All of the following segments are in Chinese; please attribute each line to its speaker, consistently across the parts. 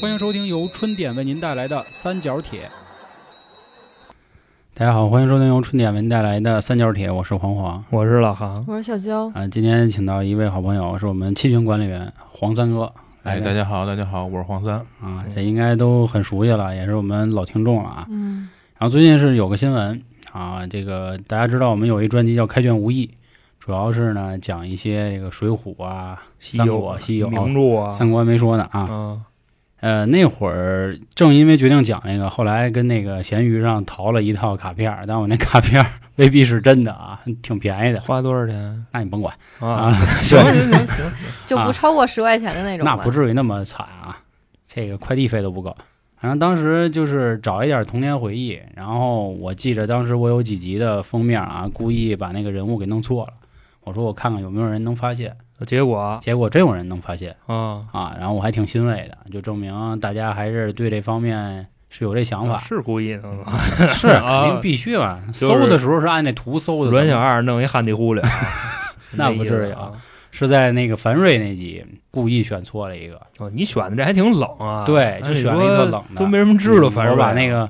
Speaker 1: 欢迎收听由春点为您带来的《三角铁》。
Speaker 2: 大家好，欢迎收听由春点为您带来的《三角铁》，我是黄黄
Speaker 3: 我是老航，
Speaker 4: 我是小娇，
Speaker 2: 啊。今天请到一位好朋友，是我们七群管理员黄三哥。
Speaker 5: 哎，大家好，大家好，我是黄三。
Speaker 2: 啊，这应该都很熟悉了，也是我们老听众了啊。
Speaker 4: 嗯，
Speaker 2: 然后最近是有个新闻啊，这个大家知道，我们有一专辑叫《开卷无益》，主要是呢讲一些这个《水浒》啊、
Speaker 3: 西
Speaker 2: 三
Speaker 3: 游
Speaker 2: 国、西游、哦
Speaker 3: 名著啊，
Speaker 2: 三国还没说呢啊。
Speaker 3: 啊，
Speaker 2: 呃，那会儿正因为决定讲那个，后来跟那个闲鱼上淘了一套卡片儿，但我那卡片儿未必是真的啊，挺便宜的，
Speaker 3: 花多少钱
Speaker 2: 那你甭管啊
Speaker 3: 啊？，
Speaker 2: 行
Speaker 3: 行行行行，
Speaker 4: 就不超过十块钱的那种吧、
Speaker 2: 那不至于那么惨啊，这个快递费都不够。反正当时就是找一点童年回忆，然后我记着当时我有几集的封面啊，故意把那个人物给弄错了。我说我看看有没有人能发现，
Speaker 3: 结果
Speaker 2: 结果真有人能发现
Speaker 3: 啊，
Speaker 2: 啊，然后我还挺欣慰的，就证明大家还是对这方面是有这想法，
Speaker 3: 啊
Speaker 2: 嗯
Speaker 3: 是故意的嗯吗？
Speaker 2: 是肯定必须吧？
Speaker 3: 啊就是
Speaker 2: 搜的时候是按那图搜的，
Speaker 3: 阮小二弄一旱地忽略，
Speaker 2: 那不至于啊。是在那个樊瑞那集故意选错了一个，
Speaker 3: 哦，你选的这还挺冷啊，
Speaker 2: 对，就
Speaker 3: 按理
Speaker 2: 选了
Speaker 3: 说
Speaker 2: 一特冷的，嗯
Speaker 3: 都没什么知道，反正
Speaker 2: 我把那个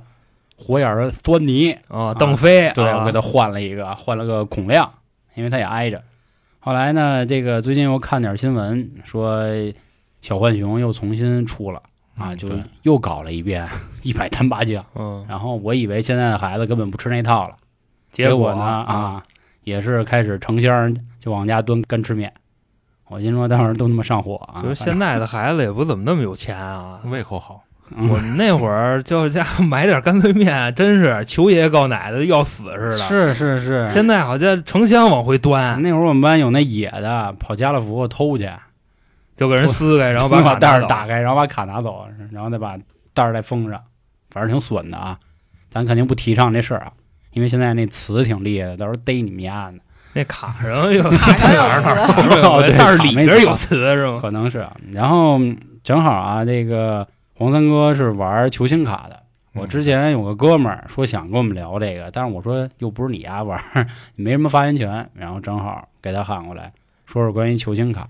Speaker 2: 火眼儿钻泥，
Speaker 3: 啊，邓飞，
Speaker 2: 对
Speaker 3: 啊
Speaker 2: 我给他换了一个，换了个孔亮，因为他也挨着。后来呢，这个最近又看点新闻，说小浣熊又重新出了啊，
Speaker 5: 嗯
Speaker 2: 就
Speaker 5: 对
Speaker 2: 又搞了一遍 一百单八将。
Speaker 3: 嗯，
Speaker 2: 然后我以为现在的孩子根本不吃那套了，结
Speaker 3: 果
Speaker 2: 呢啊，也是开始成箱儿就往家蹲干吃面。我心说，当时都他妈上火啊！
Speaker 3: 就是
Speaker 2: 反
Speaker 3: 现在的孩子也不怎么那么有 钱啊。
Speaker 5: 胃口好，
Speaker 2: 正
Speaker 3: 我们那会儿就家买点干脆面，真是求爷爷告奶奶的要死似
Speaker 2: 嗯
Speaker 3: 的。
Speaker 2: 是是是，
Speaker 3: 现在好像成箱往回端，
Speaker 2: 那会儿我们班有那野的，跑家乐福偷 去，
Speaker 3: 就给人撕开，然后把
Speaker 2: 把
Speaker 3: 卡
Speaker 2: 袋
Speaker 3: 拿
Speaker 2: 儿
Speaker 3: 走
Speaker 2: 打开，然后把卡拿走，然后再把袋儿再封上，反正挺损的啊。咱肯定不提倡这事儿啊，因为现在那词挺厉害的，到时候逮你们丫的，
Speaker 3: 那卡上有
Speaker 4: 卡上有词
Speaker 3: 哪儿 有
Speaker 2: 哦对
Speaker 3: 词，但
Speaker 2: 卡
Speaker 3: 是里
Speaker 2: 没
Speaker 3: 边
Speaker 2: 词
Speaker 3: 有词是吗？
Speaker 2: 可能是啊。然后正好啊，这个黄三哥是玩球星卡的。我之前有个哥们儿说想跟我们聊这个，但是我说又不是你丫玩儿，你没什么发言权。然后正好给他喊过来，说说关于球星卡。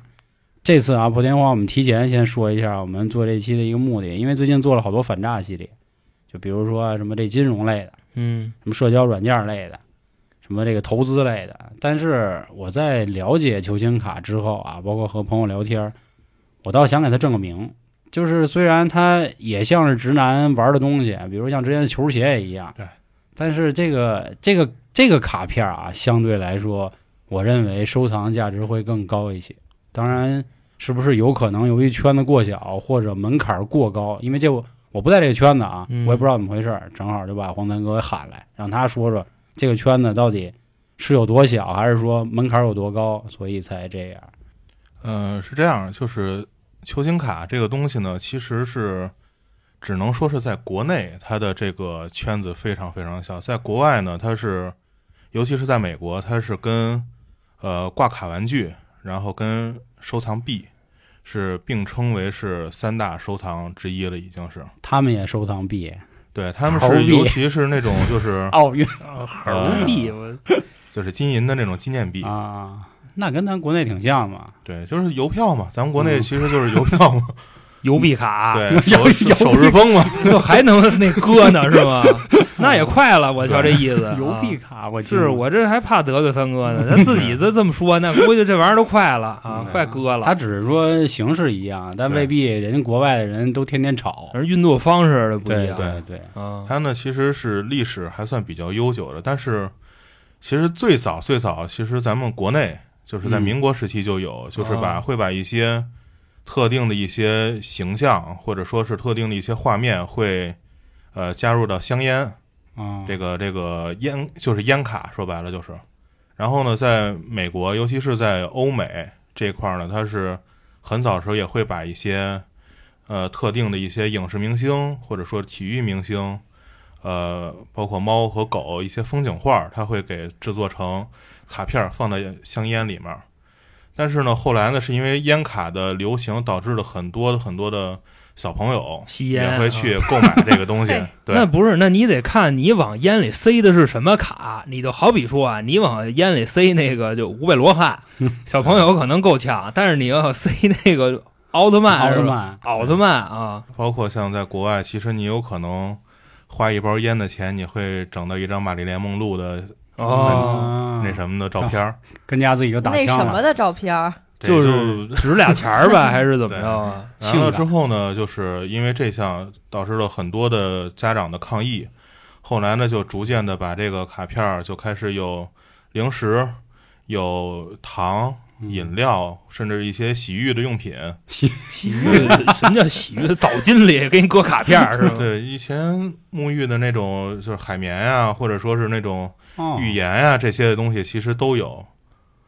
Speaker 2: 这次啊，破天荒，我们提前先说一下我们做这期的一个目的，因为最近做了好多反诈系列，就比如说什么这金融类的，
Speaker 3: 嗯，
Speaker 2: 什么社交软件类的，什么这个投资类的。但是我在了解球星卡之后啊，包括和朋友聊天儿，我倒想给他正个名。就是虽然它也像是直男玩的东西，比如像之前的球鞋也一样，
Speaker 5: 对。
Speaker 2: 但是这个这个这个卡片啊，相对来说，我认为收藏价值会更高一些。当然，是不是有可能由于圈子过小或者门槛儿过高？因为这我我不在这个圈子啊，
Speaker 3: 嗯
Speaker 2: 我也不知道怎么回事儿，正好就把黄三哥喊来，让他说说这个圈子到底是有多小，还是说门槛儿有多高，所以才这样。
Speaker 5: 呃，是这样，就是球星卡这个东西呢，其实是只能说是在国内，它的这个圈子非常非常小，在国外呢，它是，尤其是在美国，它是跟呃挂卡玩具，然后跟收藏币是并称为是三大收藏之一了，已经是。
Speaker 2: 他们也收藏币，
Speaker 5: 对他们
Speaker 2: 猴
Speaker 5: 是，
Speaker 2: 币
Speaker 5: 尤其是那种就是
Speaker 2: 奥运
Speaker 3: 很无地嗯我
Speaker 5: 就是金银的那种纪念币，
Speaker 2: 啊，那跟咱国内挺像嘛。
Speaker 5: 对，就是邮票嘛，咱们国内其实就是邮票嘛，
Speaker 3: 邮币卡，
Speaker 5: 对，首首日封嘛，
Speaker 3: 就还能那搁呢是 吗？那也快了，我瞧这意思。
Speaker 2: 邮嗯币
Speaker 3: 啊
Speaker 2: 卡，我记
Speaker 3: 是
Speaker 2: 得
Speaker 3: 我这还怕得罪三哥 呢，他自己都这么说，那估计这玩意儿都快了啊，快割了
Speaker 2: 嗯他。只是说形式一样，但
Speaker 5: 对
Speaker 2: 未必人家国外的人都天天炒。
Speaker 3: 而运作方式的不一
Speaker 2: 对
Speaker 3: 样
Speaker 2: 对对，
Speaker 3: 啊，
Speaker 5: 它呢其实是历史还算比较悠久的，但是其实最早最早，其实咱们国内就是在
Speaker 2: 嗯
Speaker 5: 民国时期就有，就是把、
Speaker 3: 啊
Speaker 5: 会把一些特定的一些形象或者说是特定的一些画面会呃加入到香烟
Speaker 2: 啊，
Speaker 5: 这个这个烟就是烟卡，说白了就是。然后呢，在美国，尤其是在欧美这一块儿呢，它是很早时候也会把一些呃特定的一些影视明星或者说体育明星，呃，包括猫和狗一些风景画儿，它会给制作成卡片儿放在香烟里面儿。但是呢，后来呢，是因为烟卡的流行，导致了很多很多的小朋友
Speaker 3: 吸
Speaker 5: 也
Speaker 3: 烟
Speaker 5: 会
Speaker 3: 啊
Speaker 5: 去购买这 个东西
Speaker 4: 嘿。
Speaker 5: 对，
Speaker 3: 那不是，那你得看你往烟里塞的是什么卡。你就好比说啊，你往烟里塞那个就五百罗汉，小朋友可能够呛，但是你要塞那个奥特曼，
Speaker 2: 奥特
Speaker 3: 是吧，
Speaker 2: 曼，
Speaker 3: 奥特曼啊，
Speaker 5: 包括像在国外，其实你有可能花一包烟的钱，你会整到一张玛丽莲梦露的
Speaker 3: 哦，
Speaker 2: 啊
Speaker 5: 那什么的照片儿，
Speaker 2: 跟家自己就打
Speaker 4: 那什
Speaker 2: 枪
Speaker 4: 么
Speaker 2: 了，
Speaker 4: 的照片儿，
Speaker 5: 这
Speaker 3: 就
Speaker 5: 就是
Speaker 3: 值俩钱儿吧， 还是怎么着啊？
Speaker 5: 完
Speaker 2: 性
Speaker 5: 了
Speaker 2: 感
Speaker 5: 之后呢，就是因为这项导致了很多的家长的抗议，后来呢就逐渐的把这个卡片儿就开始有零食、有糖、
Speaker 2: 嗯
Speaker 5: 饮料，甚至一些洗浴的用品。
Speaker 3: 洗浴，什么叫洗浴？澡巾里给你搁卡片儿是 吧？
Speaker 5: 对，以前沐浴的那种就是海绵呀、或者说是那种
Speaker 2: 哦
Speaker 5: 浴盐呀、这些的东西，其实都有。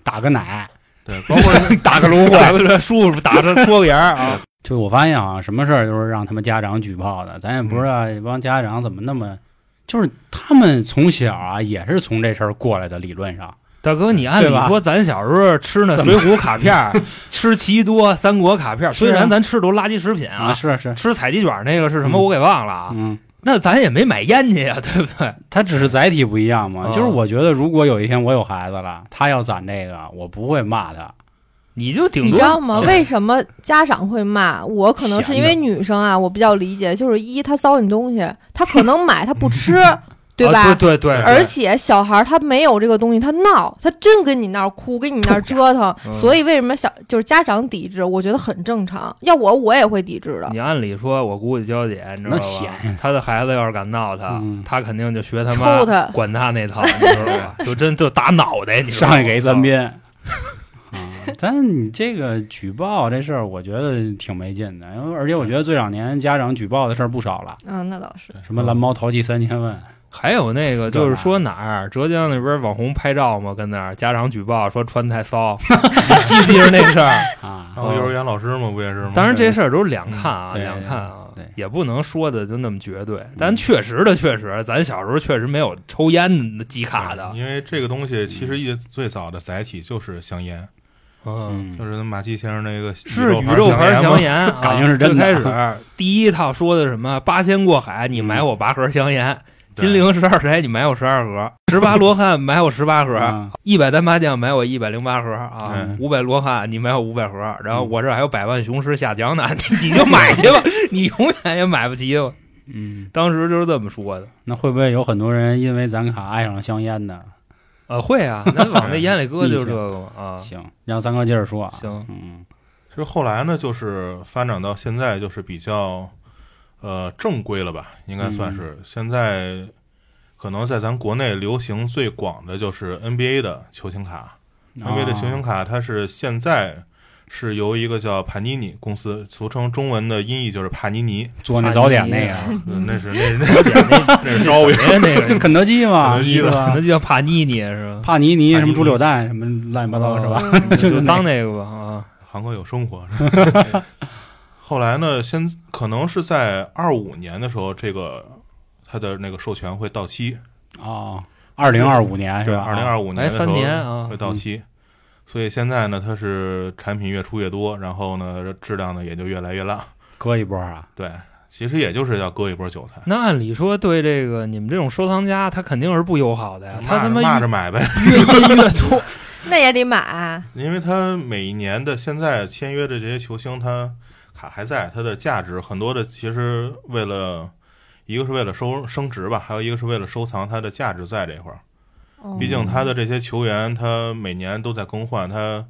Speaker 2: 打个奶。
Speaker 5: 对，包括
Speaker 3: 打个芦荟，舒服，打着搓个沿儿啊。
Speaker 2: 就我发现啊，什么事儿都是让他们家长举报的，咱也不知道这帮家长怎么那么，就是他们从小啊也是从这事儿过来的，理论上
Speaker 3: 大哥，你按
Speaker 2: 对
Speaker 3: 理
Speaker 2: 吧
Speaker 3: 说咱小时候吃那水浒卡片儿，吃奇多、三国卡片儿，
Speaker 2: 是啊
Speaker 3: 虽然咱吃的都垃圾食品
Speaker 2: 啊，
Speaker 3: 啊，
Speaker 2: 是啊是啊，
Speaker 3: 吃彩鸡卷那个是什么
Speaker 2: 嗯
Speaker 3: 我给忘了啊，
Speaker 2: 嗯，
Speaker 3: 那咱也没买烟去呀， 对不对？
Speaker 2: 它只是载体不一样嘛。
Speaker 3: 哦
Speaker 2: 就是我觉得，如果有一天我有孩子了，他要攒这个，我不会骂他。
Speaker 3: 你就顶
Speaker 4: 你知道
Speaker 3: 多
Speaker 4: 吗？
Speaker 3: 对
Speaker 4: 为什么家长会骂我？可能是因为女生啊，我比较理解，就是一她骚你东西，她可能买她不吃，对吧？
Speaker 3: 啊对对对，
Speaker 4: 而且小孩儿他没有这个东西，他闹，他真跟你那儿哭，跟你那儿折腾，
Speaker 3: 嗯
Speaker 4: 所以为什么小就是家长抵制，我觉得很正常。要我我也会抵制的。
Speaker 3: 你按理说，我估计娇姐，你知道
Speaker 2: 那闲
Speaker 3: 吧？她的孩子要是敢闹她
Speaker 2: 嗯，
Speaker 3: 她肯定就学他妈
Speaker 4: 抽她
Speaker 3: 管她那套，你知道吧？就真就打脑袋，你知道吗
Speaker 2: 上去给一三。鞭。啊！但是你这个举报这事儿，我觉得挺没劲的，因为而且我觉得这两年家长举报的事儿不少了，
Speaker 4: 嗯，那倒是。
Speaker 2: 什么
Speaker 3: 哦
Speaker 2: 蓝猫淘气三千问，
Speaker 3: 还有那个就是说哪儿，浙江那边网红拍照嘛，跟那儿家长举报说穿太 骚，记不记着那事儿？
Speaker 2: 啊，
Speaker 3: 哦
Speaker 5: 然后幼儿园老师嘛，不也是吗？
Speaker 3: 当然这事儿都是两看
Speaker 2: 嗯
Speaker 3: 啊，
Speaker 2: 嗯对
Speaker 3: 两看啊
Speaker 2: 对对，嗯
Speaker 3: 也不能说的就那么绝对。但确实的，确实，咱小时候确实没有抽烟的集卡的
Speaker 5: 对，因为这个东西其实一最早的载体就是香烟，
Speaker 3: 嗯。
Speaker 2: 嗯
Speaker 5: 就，是马季先生那个
Speaker 3: 是
Speaker 5: 宇
Speaker 3: 宇宙牌
Speaker 5: 香
Speaker 3: 香
Speaker 5: 烟嘛。
Speaker 3: 烟啊，
Speaker 2: 感情是真的
Speaker 3: 最开始第一套说的什么八仙过海，
Speaker 2: 嗯
Speaker 3: 你买我八盒香烟；
Speaker 5: 对
Speaker 3: 金陵十二钗，你买我十二 盒；十八罗汉买我十八盒；
Speaker 2: 啊
Speaker 3: 一百单八将买我一百零八盒啊
Speaker 5: 嗯！
Speaker 3: 五百罗汉你买我五百盒，然
Speaker 2: 嗯
Speaker 3: 后我这儿还有百万雄师下江呢，你 你就买去吧，你永远也买不齐吧。
Speaker 2: 嗯，
Speaker 3: 当时就是这么说的。
Speaker 2: 那会不会有很多人因为咱卡爱上了香烟呢？
Speaker 3: 呃，会啊， 咱往那烟里搁就是这个嘛啊。
Speaker 2: 行，让三哥接着说啊。
Speaker 3: 行，
Speaker 2: 嗯，
Speaker 5: 其实后来呢，就是发展到现在，就是比较呃正规了吧，应该算是。现在可能在咱国内流行最广的就是 NBA 的球星卡、n b
Speaker 2: 啊
Speaker 5: a 的球星卡它是现在。是由一个叫帕尼尼公司，俗称中文的音译就是帕尼尼，
Speaker 2: 做那早点 那
Speaker 3: 啊
Speaker 2: 个，
Speaker 5: 嗯那是那是那是 那是烧饼，
Speaker 3: 别那 个，
Speaker 2: 肯德基嘛，
Speaker 5: 肯德基
Speaker 2: 是
Speaker 5: 的
Speaker 2: 吧
Speaker 3: 那？就叫帕尼尼是吧？
Speaker 2: 帕尼尼
Speaker 5: 帕尼尼
Speaker 2: 什么猪柳蛋什么乱七八糟是吧？
Speaker 4: 嗯
Speaker 2: 就是那个
Speaker 3: 就当那个吧啊。
Speaker 5: 韩国有生活。是吧 后来呢，先可能是在二五年的时候，这个它的那个授权会到期，
Speaker 2: 哦，二零二五年是吧？
Speaker 5: 二零二五年
Speaker 3: 哎来
Speaker 5: 的时
Speaker 3: 三年
Speaker 5: 候
Speaker 3: 啊
Speaker 5: 会，到期。所以现在呢，它是产品越出越多，然后呢，质量呢也就越来越烂。
Speaker 2: 割一波啊！
Speaker 5: 对，其实也就是要割一波韭菜，
Speaker 3: 那按理说对这个你们这种收藏家，他肯定是不友好的呀，他他妈
Speaker 5: 骂着骂
Speaker 3: 越
Speaker 5: 着买呗，
Speaker 3: 越印越多，
Speaker 4: 那也得买，啊
Speaker 5: 因为他每一年的现在签约的这些球星，他卡还在，他的价值很多的，其实为了一个是为了收升值吧，还有一个是为了收藏它的价值在这块儿。
Speaker 4: 哦
Speaker 5: 毕竟他的这些球员，他每年都在更换。他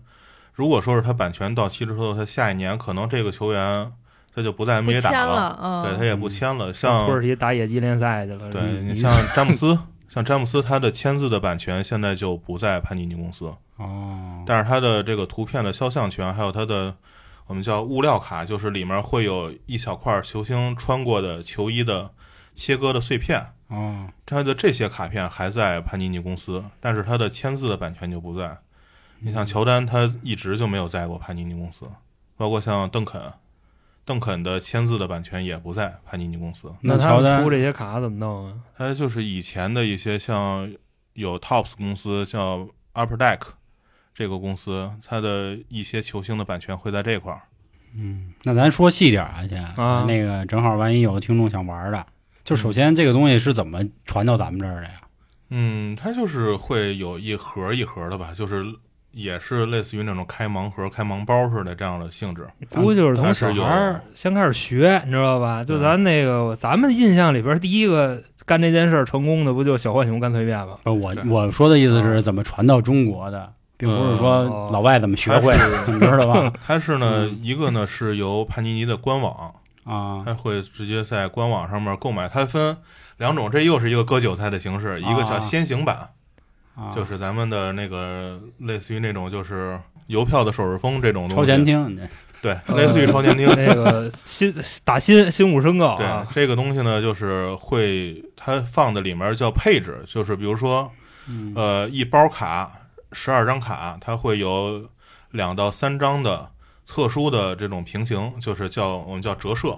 Speaker 5: 如果说是他版权到期之后，他下一年可能这个球员他就不在
Speaker 4: 不
Speaker 5: NBA
Speaker 4: 签
Speaker 5: 打，
Speaker 4: 了，嗯，
Speaker 5: 对他也不签了。
Speaker 3: 上土耳
Speaker 5: 像
Speaker 3: 其打野鸡联赛去了。
Speaker 5: 对
Speaker 2: 嗯
Speaker 5: 你像詹姆斯，像詹姆斯他的签字的版权现在就不在潘尼尼公司，
Speaker 2: 哦，
Speaker 5: 但是他的这个图片的肖像权，还有他的我们叫物料卡，就是里面会有一小块球星穿过的球衣的切割的碎片。
Speaker 2: 哦，
Speaker 5: 它的这些卡片还在潘尼尼公司，但是它的签字的版权就不在。你像乔丹，他一直就没有在过潘尼尼公司，包括像邓肯，邓肯的签字的版权也不在潘尼尼公司。
Speaker 3: 那他
Speaker 2: 乔
Speaker 3: 们
Speaker 2: 丹
Speaker 3: 出这些卡怎么弄啊？
Speaker 5: 它就是以前的一些像有 Tops 公司叫 Upper Deck 这个公司，它的一些球星的版权会在这块儿。
Speaker 2: 嗯，那咱说细点儿啊，先
Speaker 3: 啊
Speaker 2: 那个正好万一有听众想玩的，就首先这个东西是怎么传到咱们这儿的呀？
Speaker 5: 嗯，它就是会有一盒一盒的吧，就是也是类似于那种开盲盒、开盲包似的这样的性质。
Speaker 3: 估计就是从小孩
Speaker 5: 还是
Speaker 3: 儿先开始学，你知道吧？就咱那个，咱们印象里边第一个干这件事儿成功的，不就小浣熊干脆面吗？
Speaker 2: 不我
Speaker 5: 对啊
Speaker 2: 我说的意思是怎么传到中国的，并不是说
Speaker 3: 嗯
Speaker 2: 老外怎么学会
Speaker 5: 还
Speaker 2: 的， 你知道吧？
Speaker 5: 它是呢，一个呢是由潘尼尼的官网，
Speaker 2: 啊，
Speaker 5: 它会直接在官网上面购买。它分两种，这又是一个割韭菜的形式，一个叫
Speaker 2: 啊
Speaker 5: 先行版，
Speaker 2: 啊
Speaker 5: 就是咱们的那个类似于那种就是邮票的首饰封这种东
Speaker 2: 超
Speaker 5: 西，
Speaker 2: 前听，你这
Speaker 5: 对，类似于 超前听。
Speaker 3: 那个新打新新武升高
Speaker 5: 对
Speaker 3: 啊，，
Speaker 5: 这个东西呢，就是会它放的里面叫配置，就是比如说
Speaker 2: 嗯
Speaker 5: 呃，一包卡十二张卡，它会有两到三张的特殊的这种平行，就是叫我们叫折射，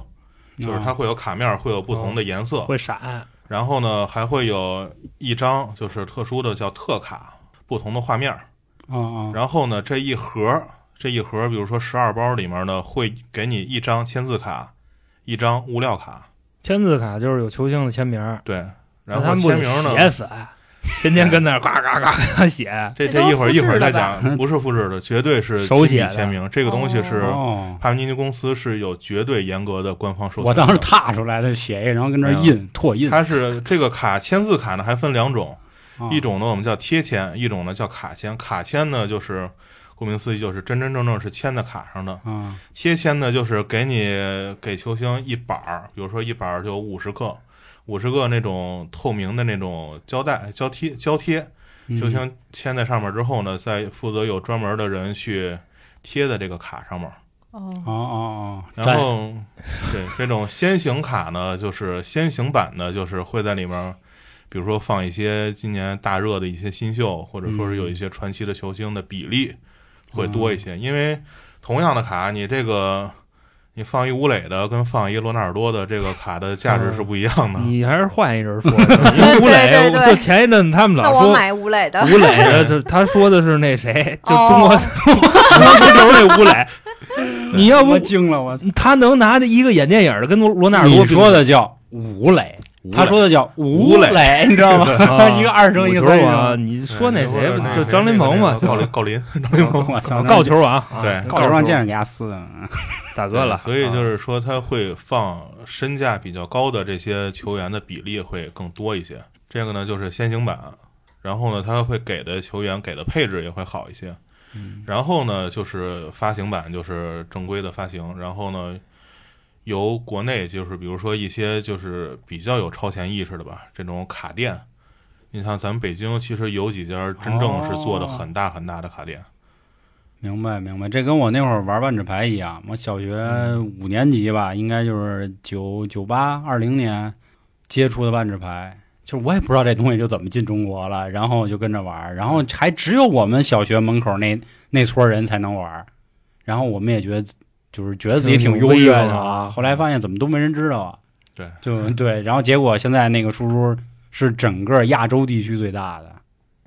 Speaker 5: 就是它
Speaker 2: 啊
Speaker 5: 会有卡面会有不同的颜色，
Speaker 3: 哦会闪，
Speaker 5: 然后呢还会有一张就是特殊的叫特卡，不同的画面。
Speaker 2: 啊
Speaker 5: 然后呢这一盒这一盒，比如说十二包里面呢会给你一张签字卡，一张物料卡，
Speaker 3: 签字卡就是有球星的签名儿，
Speaker 5: 对，
Speaker 3: 那
Speaker 5: 然
Speaker 3: 他
Speaker 5: 后
Speaker 3: 们不
Speaker 5: 签
Speaker 3: 得
Speaker 5: 名呢。
Speaker 3: 写死，天天跟那儿嘎嘎嘎嘎写，
Speaker 5: 这
Speaker 4: 这
Speaker 5: 这
Speaker 4: 都
Speaker 5: 一
Speaker 4: 是
Speaker 5: 会儿
Speaker 4: 复
Speaker 5: 一会儿
Speaker 4: 制
Speaker 5: 再
Speaker 4: 的
Speaker 5: 讲，不是复制的，绝对是
Speaker 3: 手
Speaker 5: 亲笔
Speaker 3: 写的
Speaker 5: 签名。这个东西是
Speaker 2: 哦，
Speaker 5: 帕尼尼公司是有绝对严格的官方授权。
Speaker 2: 我当时，踏出来的写一个，然后跟
Speaker 5: 哎
Speaker 2: 那儿印拓印，
Speaker 5: 它是这个卡签字卡呢，还分两种，
Speaker 2: 啊
Speaker 5: 一种呢我们叫贴签，一种呢叫卡签。卡签呢就是顾名思义，就是真真正正是签在卡上的。
Speaker 2: 啊
Speaker 5: 贴签呢就是给你给球星一板儿，比如说一板儿就五十克，五十个那种透明的那种胶带胶贴胶贴，
Speaker 2: 嗯
Speaker 5: 球星签在上面之后呢，再负责有专门的人去贴在这个卡上面。
Speaker 4: 哦
Speaker 2: 哦哦哦，
Speaker 5: 然后，对这种先行卡呢，就是先行版呢，就是会在里面，比如说放一些今年大热的一些新秀，或者说是
Speaker 3: 嗯
Speaker 5: 有一些传奇的球星的比例会多一些。因为同样的卡，你这个你放一吴磊的，跟放一罗纳尔多的这个卡的价值是不一样的。
Speaker 3: 嗯你还是换一人 说，因为吴
Speaker 4: 对
Speaker 3: 磊
Speaker 4: 对对
Speaker 3: 就前一阵他们
Speaker 4: 那
Speaker 3: 老
Speaker 4: 我
Speaker 3: 说
Speaker 4: 买吴磊的，
Speaker 3: 吴磊的，就他说的是那谁，就中国
Speaker 4: 哦
Speaker 3: 中国足球那 吴磊，你要不
Speaker 2: 哎我惊了，我
Speaker 3: 他能拿着一个演电影的跟罗罗纳尔多
Speaker 2: 你
Speaker 3: 比
Speaker 2: 说的叫吴磊，他说的叫
Speaker 5: 吴磊
Speaker 2: 磊， 你知道吗？
Speaker 3: 啊
Speaker 2: 一个二声，一个三
Speaker 3: 五球王
Speaker 2: 声，
Speaker 3: 你说那
Speaker 5: 那
Speaker 3: 谁不
Speaker 5: 那
Speaker 3: 就
Speaker 5: 谁
Speaker 3: 张琳芃嘛，
Speaker 5: 那个
Speaker 3: 就
Speaker 5: 郜林郜林，张琳芃。
Speaker 2: 我操，
Speaker 3: 告球王啊，
Speaker 5: 对
Speaker 3: 跟
Speaker 2: 告球
Speaker 3: 王
Speaker 2: 让见着给他撕的，
Speaker 3: 大哥了，啊
Speaker 5: 所以就是说他会放身价比较高的这些球员的比例会更多一些。这个呢就是先行版，然后呢他会给的球员给的配置也会好一些。
Speaker 3: 嗯
Speaker 5: 然后呢就是发行版，就是正规的发行，然后呢。由国内就是比如说一些就是比较有超前意识的吧，这种卡店，你像咱们北京其实有几家真正是做
Speaker 3: 哦
Speaker 5: 的很大很大的卡店，
Speaker 2: 明白明白，这跟我那会儿玩万智牌一样，我小学五年级吧，应该就是九九八二零年接触的万智牌，就是我也不知道这东西就怎么进中国了，然后就跟着玩儿，然后还只有我们小学门口那那撮人才能玩儿，然后我们也觉得就是觉得自己挺优越
Speaker 3: 挺有威
Speaker 2: 的
Speaker 3: 风啊
Speaker 2: 后来发现怎么都没人知道啊，
Speaker 5: 对，
Speaker 2: 就对，然后结果现在那个叔叔是整个亚洲地区最大的，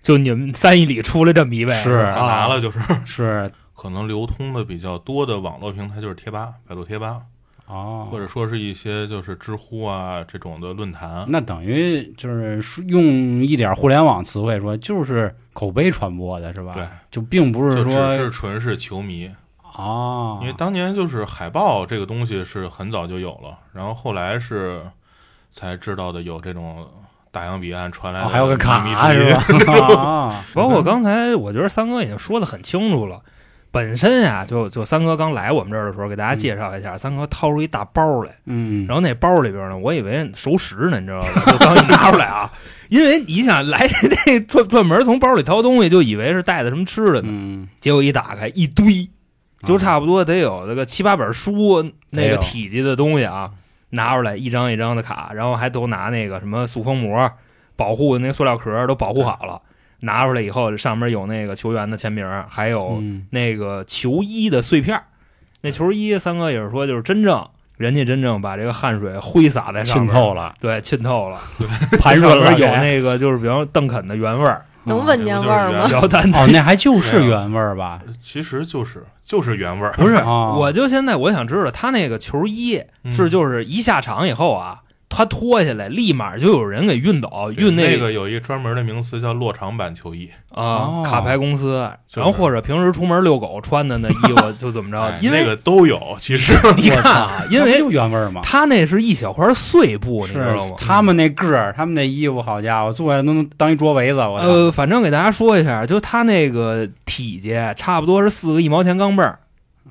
Speaker 3: 就你们三亿里出来这么一位，
Speaker 2: 是
Speaker 5: 打拿
Speaker 3: 啊，
Speaker 5: 了就是
Speaker 2: 是
Speaker 5: 可能流通的比较多的网络平台就是贴吧、百度贴吧，
Speaker 2: 哦，
Speaker 5: 或者说是一些就是知乎啊这种的论坛。
Speaker 2: 那等于就是说用一点互联网词汇说，就是口碑传播的是吧？
Speaker 5: 对，
Speaker 2: 就并不
Speaker 5: 就只
Speaker 2: 说
Speaker 5: 是纯是球迷，
Speaker 2: 啊
Speaker 5: 因为当年就是海报这个东西是很早就有了，然后后来是才知道的有这种大洋彼岸传来
Speaker 2: 啊
Speaker 5: 的
Speaker 2: 还有个
Speaker 5: 秘密
Speaker 2: 卡
Speaker 5: 之音
Speaker 2: 是？ 吧？ 啊，
Speaker 3: 包括刚才我觉得三哥已经说的很清楚了。本身啊，就就三哥刚来我们这儿的时候，给大家介绍一
Speaker 5: 嗯
Speaker 3: 下，三哥掏出一大包来，
Speaker 2: 嗯，
Speaker 3: 然后那包里边呢，我以为熟食呢，你知道 吧？就刚一拿出来啊，因为你想来这 专专门从包里掏东西，就以为是带的什么吃的呢，
Speaker 2: 嗯，
Speaker 3: 结果一打开一堆，
Speaker 2: 啊
Speaker 3: 就差不多得有那个七八本书那
Speaker 2: 哎呦
Speaker 3: 个体积的东西啊，拿出来一张一张的卡，然后还都拿那个什么塑封膜保护那塑料壳都保护好了，拿出来以后上面有那个球员的签名，还有
Speaker 2: 嗯
Speaker 3: 那个球衣的碎片儿。那球衣，三哥也是说，就是真正人家真正把这个汗水挥洒在上
Speaker 2: 浸
Speaker 3: 面，
Speaker 2: 透 了，
Speaker 3: 对，浸 透了，
Speaker 2: 盘
Speaker 3: 上
Speaker 2: 顺了
Speaker 3: 面有
Speaker 2: 这
Speaker 3: 那个就是比方说邓肯的原味儿，
Speaker 4: 能闻见味儿
Speaker 5: 这不就是
Speaker 4: 吗？
Speaker 3: 乔丹的
Speaker 2: 哦，那还就是原味儿吧？
Speaker 5: 其实就是就是原味儿，
Speaker 3: 不是，
Speaker 2: 哦
Speaker 3: 我就现在我想知道他那个球衣
Speaker 5: 啊嗯
Speaker 3: 是就是一下场以后啊，他脱下来，立马就有人给运走，
Speaker 5: 对
Speaker 3: 运
Speaker 5: 那
Speaker 3: 个
Speaker 5: 个有一专门的名词叫落场版球衣，
Speaker 3: 啊
Speaker 2: 哦
Speaker 3: 卡牌公司，
Speaker 5: 就是
Speaker 3: 然后或者平时出门遛狗穿的那衣 服就怎么着，
Speaker 5: 哎
Speaker 3: 因为
Speaker 5: 那个都有，其实
Speaker 3: 你看
Speaker 5: 呃
Speaker 3: 啊，因
Speaker 2: 那
Speaker 3: 为
Speaker 2: 不就原味儿嘛。
Speaker 3: 他那是一小块碎布，你知
Speaker 2: 是
Speaker 3: 道吗？
Speaker 2: 他们那个儿，他们那衣服，好家伙，坐下都能当一桌围子。我操
Speaker 3: 呃，反正给大家说一下，就他那个体积差不多是四个一毛钱钢镚儿，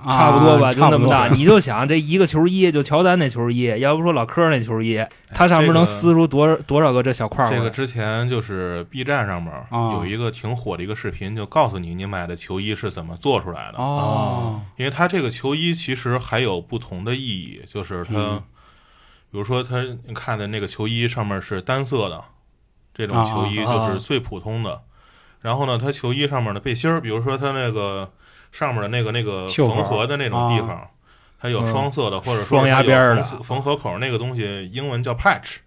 Speaker 2: 啊
Speaker 3: 差不多吧，就那么大。
Speaker 2: 差 不多啊
Speaker 3: 你就想这一个球衣，就乔丹那球衣，要不说老科那球衣，它上
Speaker 5: 这
Speaker 3: 面
Speaker 5: 个
Speaker 3: 能撕出多少多少个这小块儿啊
Speaker 5: 这个
Speaker 3: 来？
Speaker 5: 之前就是 B 站上面
Speaker 2: 啊
Speaker 5: 有一个挺火的一个视频，就告诉你你买的球衣是怎么做出来的。
Speaker 2: 哦，
Speaker 5: 因为它这个球衣其实还有不同的意义，就是它，
Speaker 2: 嗯
Speaker 5: 比如说它你看的那个球衣上面是单色的，这种
Speaker 2: 啊
Speaker 5: 球衣
Speaker 3: 啊
Speaker 5: 就是最普通的。然后呢，它球衣上面的背心儿，比如说它那个上面的那个那个
Speaker 2: 袖口
Speaker 5: 缝合的那种地方，它有
Speaker 3: 嗯
Speaker 5: 双色的，或者说
Speaker 3: 双压
Speaker 5: 它有
Speaker 3: 边儿的
Speaker 5: 缝缝合口那个东西，英文叫 patch。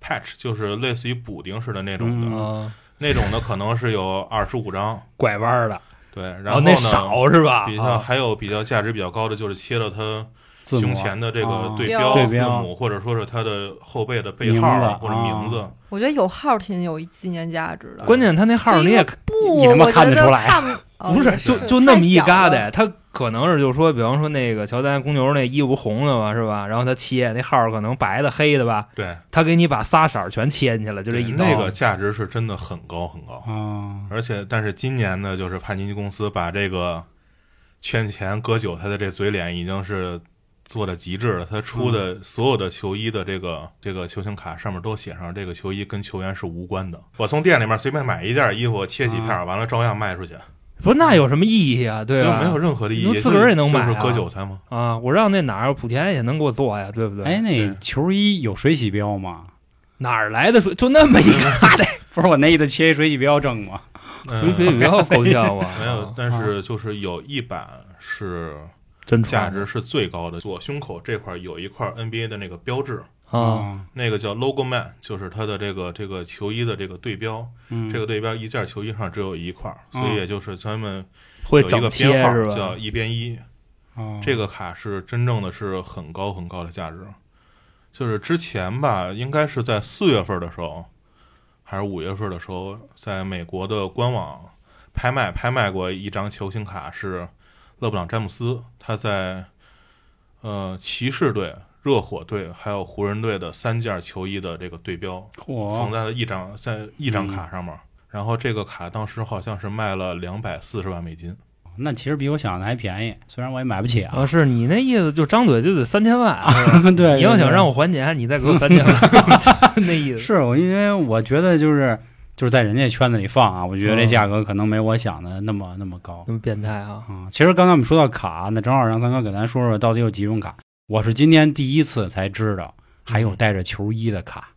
Speaker 5: patch 就是类似于补丁似的那种的，
Speaker 2: 嗯
Speaker 3: 啊，
Speaker 5: 那种的可能是有二十五张，
Speaker 3: 拐弯儿的，
Speaker 5: 对，然
Speaker 3: 然
Speaker 5: 后
Speaker 3: 后
Speaker 5: 呢，
Speaker 3: 哦那少是吧？
Speaker 5: 比较
Speaker 3: 啊
Speaker 5: 还有比较价值比较高的，就是切了它
Speaker 2: 字母
Speaker 5: 胸前的这个
Speaker 2: 啊
Speaker 5: 对
Speaker 4: 标
Speaker 5: 字
Speaker 2: 对标
Speaker 5: 母，或者说是它的后背的背
Speaker 2: 名
Speaker 5: 号啊
Speaker 2: 字
Speaker 5: 或者名字。
Speaker 4: 我觉得有号挺有纪念价值的。
Speaker 3: 关键他那号儿你也
Speaker 4: 不，
Speaker 2: 你他妈
Speaker 4: 我
Speaker 2: 看
Speaker 4: 觉
Speaker 2: 得
Speaker 4: 得
Speaker 2: 出来
Speaker 4: 看不哦
Speaker 3: 不是，
Speaker 4: 也是
Speaker 3: 就就那么一疙
Speaker 4: 太小了
Speaker 3: 瘩，他可能是就是说，比方说那个乔丹公牛那衣服红的嘛，是吧？然后他切那号儿可能白的、黑的吧，
Speaker 5: 对，
Speaker 3: 他给你把仨色儿全切进去了，就这一刀
Speaker 5: 那个价值是真的很高很高。
Speaker 2: 啊，
Speaker 5: 而且，但是今年呢，就是帕尼尼公司把这个圈钱割韭菜的这嘴脸已经是做的极致了。他出的
Speaker 2: 嗯
Speaker 5: 所有的球衣的这个这个球星卡上面都写上这个球衣跟球员是无关的。我从店里面随便买一件衣服，切几片
Speaker 2: 啊
Speaker 5: 儿，完了照样卖出去，
Speaker 3: 不是那有什么意义啊？对
Speaker 5: 就
Speaker 3: 吧？
Speaker 5: 没有任何的意义。
Speaker 3: 你自个儿也能
Speaker 5: 就是
Speaker 3: 买啊
Speaker 5: 就是割韭菜吗？
Speaker 3: 啊，我让那哪儿莆田也能给我做呀，对不对？
Speaker 2: 哎，那
Speaker 5: 对
Speaker 2: 球衣有水洗标吗？
Speaker 3: 哪儿来的水？就那么一疙瘩，
Speaker 2: 不是我那意思，切一水洗标正吗？
Speaker 5: 嗯
Speaker 3: 水水比较抽象吧？
Speaker 5: 没有，但是就是有一版是
Speaker 3: 真
Speaker 5: 价
Speaker 3: 穿
Speaker 5: 值是最高的，左胸口这块儿有一块 NBA 的那个标志，
Speaker 3: 啊，
Speaker 5: 那个叫 logo man，就是它的这个这个球衣的这个对标，
Speaker 2: 嗯，
Speaker 5: 这个对标一件球衣上只有一块儿，
Speaker 2: 嗯
Speaker 5: 所以也就是他们有
Speaker 3: 会
Speaker 5: 一
Speaker 3: 整
Speaker 5: 个
Speaker 3: 切
Speaker 5: 编
Speaker 3: 是
Speaker 5: 号
Speaker 3: 吧
Speaker 5: 叫？一边一，
Speaker 2: 哦
Speaker 5: 这个卡是真正的是很高很高的价值，就是之前吧，应该是在四月份的时候，还是五月份的时候，在美国的官网拍卖拍卖过一张球星卡，是勒布朗詹姆斯，他在呃骑士队、热火队还有湖人队的三件球衣的这个对标缝
Speaker 2: 嚯，
Speaker 5: 在了一张在一
Speaker 2: 嗯
Speaker 5: 张卡上面，然后这个卡当时好像是卖了两百四十万美金。
Speaker 2: 那其实比我想的还便宜，虽然我也买不起啊。
Speaker 3: 啊，是你那意思，就张嘴就得三千万啊！
Speaker 2: 对，
Speaker 3: 你要想让
Speaker 2: 我
Speaker 3: 我还钱，你再给我三千万， 那意思。
Speaker 2: 是我，因为我觉得就是就是在人家圈子里放啊，我觉得这价格可能没我想的那么那么高
Speaker 3: 那么变态啊！
Speaker 2: 啊。其实刚才我们说到卡，啊那正好让三哥给咱说说到底有几种卡。我是今天第一次才知道还有带着球衣的卡，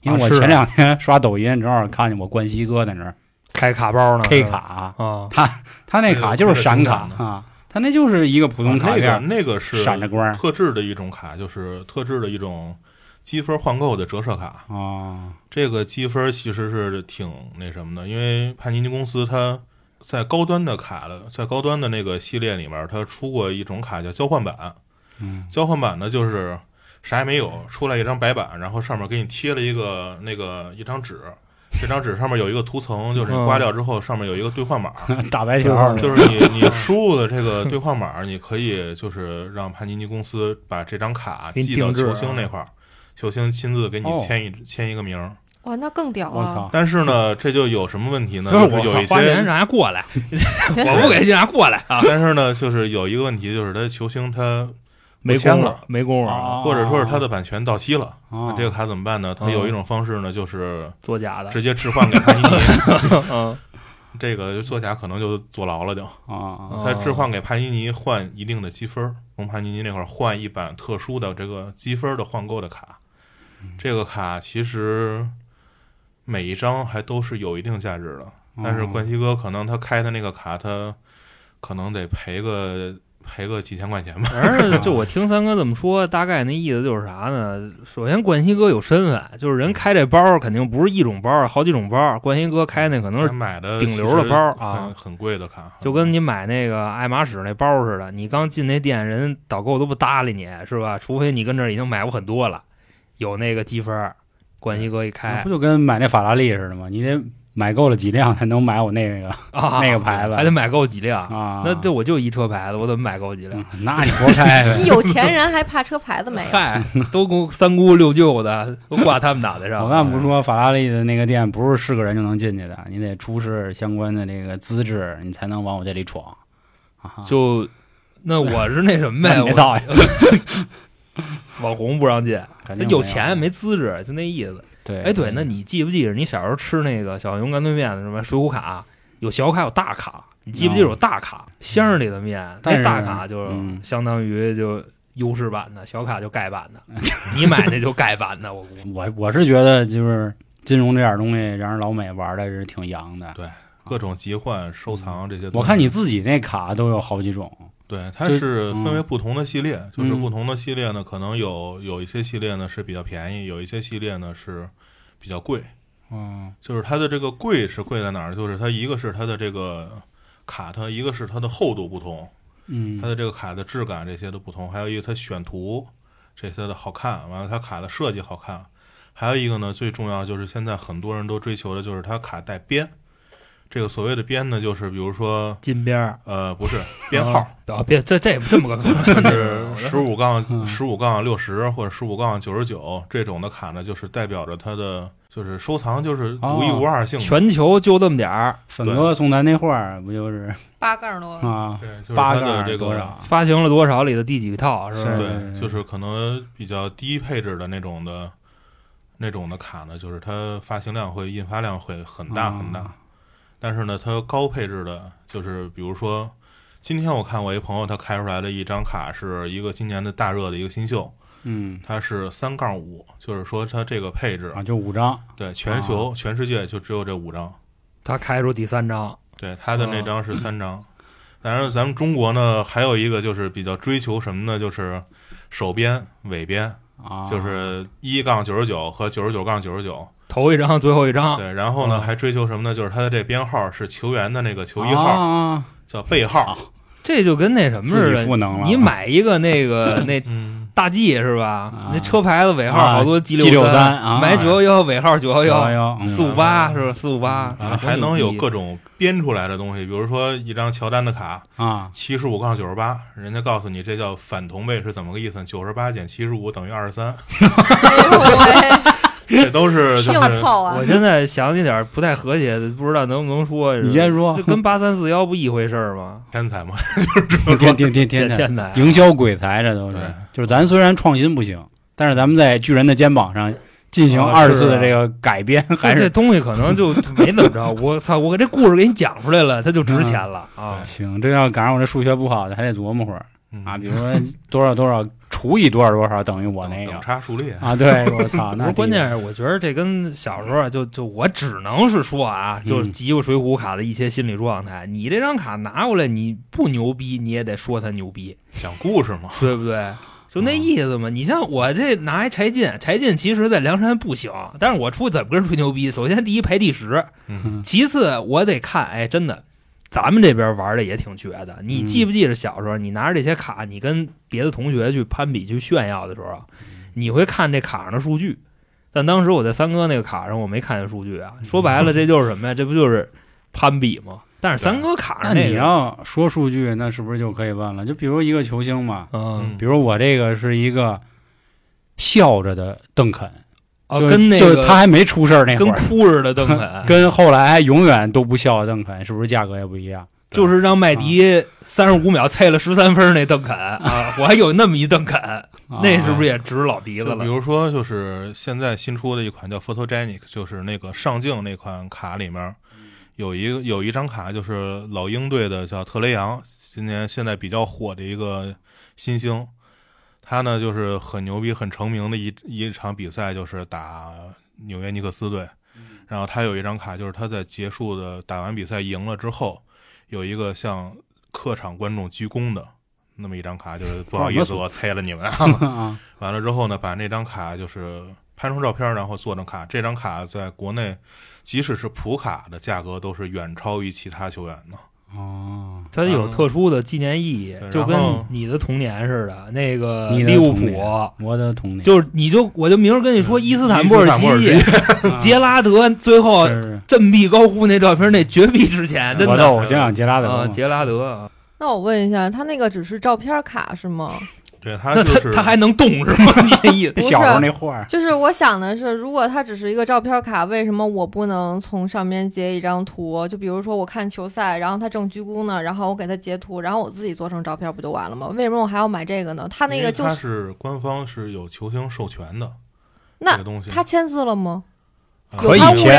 Speaker 2: 因为
Speaker 3: 啊
Speaker 2: 我
Speaker 3: 是啊
Speaker 2: 前两天刷抖音，正好看见我冠希哥在那儿
Speaker 3: 开卡包呢
Speaker 2: K 卡啊，
Speaker 3: 啊，
Speaker 2: 他那卡就是闪卡
Speaker 5: 那个
Speaker 2: 啊，他那就是一个普通卡
Speaker 5: 啊那
Speaker 2: 片
Speaker 5: 个
Speaker 2: 儿，
Speaker 5: 那个是
Speaker 2: 闪着光儿
Speaker 5: 特制的一种卡，就是特制的一种积分换购的折射卡。
Speaker 2: 哦，
Speaker 5: 这个积分其实是挺那什么的，因为帕尼尼公司它在高端的卡的，在高端的那个系列里面，它出过一种卡叫交换版。
Speaker 2: 嗯，
Speaker 5: 交换版呢，就是啥也没有，出来一张白板，然后上面给你贴了一个那个一张纸，这张纸上面有一个图层，就是你刮掉之后，上面有一个兑换码。
Speaker 2: 大白条儿的
Speaker 5: 就是你你输入的这个兑换码，你可以就是让帕尼尼公司把这张卡
Speaker 3: 给你
Speaker 5: 寄到
Speaker 3: 定制啊
Speaker 5: 球星那块儿，球星亲自给你
Speaker 2: 哦
Speaker 5: 签一签一个名儿。
Speaker 4: 哇，那更屌
Speaker 2: 我
Speaker 4: 啊！
Speaker 2: 操，
Speaker 5: 但是呢，这就有什么问题呢？
Speaker 3: 就
Speaker 5: 就是
Speaker 3: 我
Speaker 5: 是有一
Speaker 3: 操花钱
Speaker 5: 些，
Speaker 3: 让人家过来，我不给就让人家过来啊！
Speaker 5: 但是呢，就是有一个问题，就是他球星他
Speaker 3: 没
Speaker 5: 签
Speaker 3: 工夫
Speaker 5: 了，
Speaker 3: 没工夫啊，
Speaker 2: 哦
Speaker 5: 或者说是他的版权到期了，那
Speaker 2: 哦
Speaker 5: 这个卡怎么办呢？他有一种方式呢，就是
Speaker 3: 作假的。
Speaker 5: 直接置换给帕尼 尼，
Speaker 3: 嗯，
Speaker 5: 这个作假可能就坐牢了就。
Speaker 3: 哦
Speaker 2: 啊
Speaker 3: 嗯
Speaker 5: 他置换给帕尼尼换一定的积分儿，从帕尼尼那块儿换一版特殊的这个积分儿的换购的卡。这个卡其实每一张还都是有一定价值的，
Speaker 2: 嗯
Speaker 5: 但是
Speaker 2: 哦
Speaker 5: 冠希哥可能他开的那个卡，他可能得赔个赔个几千块钱吧。
Speaker 3: 反正就我听三哥这么说，大概那意思就是啥呢？首先，冠希哥有身份，就是
Speaker 5: 嗯
Speaker 3: 人开这包肯定不是一种包，好几种包。冠希哥开那可能
Speaker 5: 他
Speaker 3: 是
Speaker 5: 买的
Speaker 3: 顶流的包儿啊
Speaker 5: 其实很很贵的卡，
Speaker 3: 就跟你买那个爱马仕那包似的，你刚进那店，人导购都不搭理你，是吧？除非你跟这儿已经买过很多了。有那个积分儿，冠希哥一
Speaker 2: 那
Speaker 3: 开
Speaker 2: 不就跟买那法拉利似的吗？你得买够了几辆才能买我那个
Speaker 3: 啊，
Speaker 2: 那个牌子
Speaker 3: 还得买够几辆。
Speaker 2: 啊？
Speaker 3: 那对我就一车牌子，我怎么买够几辆
Speaker 2: 嗯？那你活该 呗
Speaker 4: 你。有钱人还怕车牌子没啊有？
Speaker 3: 嗨，都跟三姑六舅的都挂他们脑袋上。
Speaker 2: 我干不说法拉利的那个店不是是个人就能进去的，你得出示相关的这个资质，你才能往我这里闯。啊，
Speaker 3: 就那我是那什么
Speaker 2: 那
Speaker 3: 呗，
Speaker 2: 你别
Speaker 3: 我
Speaker 2: 造呀，
Speaker 3: 网红不让进，
Speaker 2: 肯
Speaker 3: 这
Speaker 2: 定
Speaker 3: 有钱
Speaker 2: 没
Speaker 3: 没资质，就那意思。
Speaker 2: 对？
Speaker 3: 哎，对，那你记不记着你小时候吃那个小熊干脆面的什么水浒卡？有小卡有大卡，你记不记得有大卡箱儿里的面？
Speaker 2: 但
Speaker 3: 那
Speaker 2: 是
Speaker 3: 大卡就
Speaker 2: 嗯
Speaker 3: 相当于就优势版的，小卡就盖 版的。你买那就盖版的，我估计。
Speaker 2: 我我是觉得就是金融这点东西，让人老美玩的是挺洋的。
Speaker 5: 各种集换、收藏这些东西。
Speaker 2: 我看你自己那卡都有好几种，
Speaker 5: 对，它
Speaker 2: 就是
Speaker 5: 分为
Speaker 2: 嗯
Speaker 5: 不同的系列，就是
Speaker 2: 嗯
Speaker 5: 不同的系列呢，可能有有一些系列呢是比较便宜，有一些系列呢是比较贵。
Speaker 2: 嗯，
Speaker 5: 就是它的这个贵是贵在哪儿？就是它一个是它的这个卡，它一个是它的厚度不同，
Speaker 2: 嗯
Speaker 5: 它的这个卡的质感这些都不同，还有一个它选图这些的好看，完了它卡的设计好看，还有一个呢最重要就是现在很多人都追求的就是它卡带边，这个所谓的边呢，就是比如说
Speaker 3: 金边儿
Speaker 5: 呃不是编号。
Speaker 3: 啊，别这这这么个
Speaker 5: 就是十五杠
Speaker 2: 嗯
Speaker 5: 十五杠六十或者十五杠九十九这种的卡呢，就是代表着它的就是收藏就是独一无二性的。
Speaker 3: 全球就这么点儿，
Speaker 2: 粉哥送咱那画儿不就是
Speaker 4: 八杠多
Speaker 2: 啊？
Speaker 5: 对，就是
Speaker 2: 八
Speaker 5: 它
Speaker 2: 个
Speaker 5: 的这
Speaker 2: 多
Speaker 5: 个
Speaker 2: 少？啊
Speaker 3: 发行了多少里的第几套是吧？
Speaker 2: 是
Speaker 5: 对，就是可能比较低配置的那种的那种的卡呢，就是它发行量会印发量会很大
Speaker 2: 啊
Speaker 5: 很大。但是呢，它高配置的，就是比如说，今天我看我一朋友他开出来的一张卡是一个今年的大热的一个新秀，
Speaker 2: 嗯
Speaker 5: 它是三杠五，就是说它这个配置
Speaker 2: 啊，就五张，
Speaker 5: 对，
Speaker 2: 啊
Speaker 5: 全球、全世界就只有这五张。
Speaker 3: 他开出第三张，
Speaker 5: 对，他的那
Speaker 2: 啊
Speaker 3: 哦
Speaker 5: 张是三张。当然，咱们中国呢，还有一个就是比较追求什么呢？就是首边、尾边，
Speaker 2: 啊，
Speaker 5: 就是一杠九十九和九十九杠九十九。
Speaker 3: 头一张最后一张，
Speaker 5: 对，然后呢，
Speaker 2: 哦
Speaker 5: 还追求什么呢？就是他的这编号是球员的那个球衣号，
Speaker 2: 啊，
Speaker 5: 叫背号。
Speaker 3: 这就跟那什么似
Speaker 2: 自己
Speaker 3: 的。
Speaker 2: 赋能了。啊
Speaker 3: 你买一个那 个那
Speaker 5: 嗯，
Speaker 3: 大 G 是吧
Speaker 2: 啊？
Speaker 3: 那车牌子尾号好多 G
Speaker 2: 六
Speaker 3: 三，
Speaker 2: 啊，
Speaker 3: 买九幺幺尾号九幺
Speaker 2: 幺嗯
Speaker 3: 幺，
Speaker 2: 幺
Speaker 3: 四五八是吧？四五八
Speaker 2: 啊
Speaker 5: 完了还能有各种编出来的东西，比如说一张乔丹的卡，
Speaker 2: 啊，
Speaker 5: 七十五杠九十八，人家告诉你这叫反同位是怎么个意思？九十八减七十五等于二十三，
Speaker 4: 哎
Speaker 5: 这都是
Speaker 4: 呦
Speaker 5: 就
Speaker 4: 喂，硬
Speaker 5: 是
Speaker 4: 凑啊
Speaker 3: 我！现在想起点儿不太和谐的，不知道能不能说。
Speaker 2: 你先说
Speaker 3: 这跟八三四幺不一回事儿吗？
Speaker 5: 天才嘛。
Speaker 2: 天天天天
Speaker 3: 天
Speaker 2: 天，
Speaker 3: 天的，
Speaker 2: 营销鬼才这都是
Speaker 5: 对，
Speaker 2: 就是咱虽然创新不行，但是咱们在巨人的肩膀上进行
Speaker 5: 哦
Speaker 3: 啊
Speaker 2: 二
Speaker 3: 是
Speaker 2: 次的
Speaker 3: 啊
Speaker 2: 这个改编，还
Speaker 3: 这这
Speaker 2: 是
Speaker 3: 东西可能就没怎 么着。我操，我给这故事给你讲出来了，它就值钱了
Speaker 2: 嗯
Speaker 3: 啊！
Speaker 2: 行，这要赶上我这数学不好的，还得琢磨会儿
Speaker 5: 嗯
Speaker 2: 啊，比如说 多少多少除以多少多少等于我
Speaker 5: 等
Speaker 2: 那个
Speaker 5: 等差数 列，
Speaker 2: 啊，对，我操，
Speaker 3: 不
Speaker 2: 那
Speaker 3: 是，关
Speaker 2: 地
Speaker 3: 键是我觉得这跟小时候啊，就就我只能是说啊，
Speaker 2: 嗯
Speaker 3: 就是集过水浒卡的一些心理状态。你这张卡拿过来，你不牛逼，你也得说它牛逼。
Speaker 5: 讲故事嘛。
Speaker 3: 对不对？就那意思
Speaker 2: 嗯
Speaker 3: 嘛。你像我这拿一柴进，柴进其实在梁山不行，但是我出去怎么跟人吹牛逼？首先第一排第十，
Speaker 5: 嗯
Speaker 3: 其次我得看，哎，真的，咱们这边玩的也挺绝的。你
Speaker 2: 嗯
Speaker 3: 记不记着小时候，你拿着这些卡，你跟别的同学去攀比、去炫耀的时候，啊
Speaker 2: 嗯
Speaker 3: 你会看这卡上的数据。但当时我在三哥那个卡上，我没看见数据
Speaker 2: 嗯
Speaker 3: 啊。说白了，这就是什么呀？这不就是攀比吗？但是三哥卡
Speaker 2: 那
Speaker 3: 上那
Speaker 2: 你
Speaker 3: 个，
Speaker 2: 要说数据，那是不是就可以问了？就比如一个球星嘛，
Speaker 3: 嗯，
Speaker 2: 比如我这个是一个笑着的邓肯，
Speaker 3: 哦，
Speaker 2: 就
Speaker 3: 跟那
Speaker 2: 就
Speaker 3: 个
Speaker 2: 是他还没出事儿那会
Speaker 3: 跟
Speaker 2: 儿，
Speaker 3: 哭似的邓肯，
Speaker 2: 跟后来永远都不笑的邓肯，是不是价格也不一样？
Speaker 3: 就是让麦迪三十五秒猜了十三分那邓肯啊，我还有那么一邓肯，
Speaker 2: 啊
Speaker 3: 那是不是也值老鼻子
Speaker 5: 就比
Speaker 3: 了？
Speaker 5: 如说，就是现在新出的一款叫 Photogenic，就是那个上镜那款卡里面有一个有一张卡，就是老鹰队的叫特雷杨，今年现在比较火的一个新星。他呢就是很牛逼、很成名的一一场比赛，就是打纽约尼克斯队。然后他有一张卡，就是他在结束的打完比赛赢了之后，有一个向客场观众鞠躬的那么一张卡，就是不好意
Speaker 2: 我
Speaker 5: 思，
Speaker 2: 操
Speaker 5: 我猜了你们啊。
Speaker 2: 啊？
Speaker 5: 完了之后呢，把那张卡就是拍成照片，然后做成卡。这张卡在国内，即使是普卡的价格都是远超于其他球员的。
Speaker 2: 啊哦，
Speaker 3: 它有特殊的纪念意义，
Speaker 5: 对
Speaker 3: 就跟
Speaker 5: 然后
Speaker 3: 你的童年似的。那个
Speaker 2: 你的
Speaker 3: 利物
Speaker 2: 童
Speaker 3: 浦，
Speaker 2: 年我的童年
Speaker 3: 就是你就我就明儿跟你说，
Speaker 5: 嗯
Speaker 3: 伊斯坦布尔
Speaker 5: 伊斯坦布尔
Speaker 3: 起义，杰拉德最后
Speaker 2: 啊是
Speaker 3: 振臂高呼那照片，那绝壁之前，真
Speaker 2: 我
Speaker 3: 的
Speaker 2: 的偶像杰拉德
Speaker 3: 啊，
Speaker 2: 嘛，
Speaker 3: 杰拉德啊，
Speaker 4: 那我问一下，他那个只是照片卡是吗？
Speaker 5: 对他
Speaker 3: 那
Speaker 5: 就
Speaker 3: 他
Speaker 5: 是
Speaker 3: 他还能动是吗？ 你这意思？
Speaker 2: 小时候那画儿
Speaker 4: 就是我想的是，如果它只是一个照片卡，为什么我不能从上面截一张图？就比如说我看球赛，然后他正鞠躬呢，然后我给他截图，然后我自己做成照片不就完了吗？为什么我还要买这个呢？他那
Speaker 5: 因
Speaker 4: 个
Speaker 5: 为
Speaker 4: 就
Speaker 5: 他
Speaker 4: 是
Speaker 5: 是官方是有球星授权的，
Speaker 4: 那
Speaker 5: 这个东西
Speaker 4: 他签字了吗？
Speaker 5: 啊
Speaker 4: 可
Speaker 2: 以
Speaker 5: 可以
Speaker 2: 签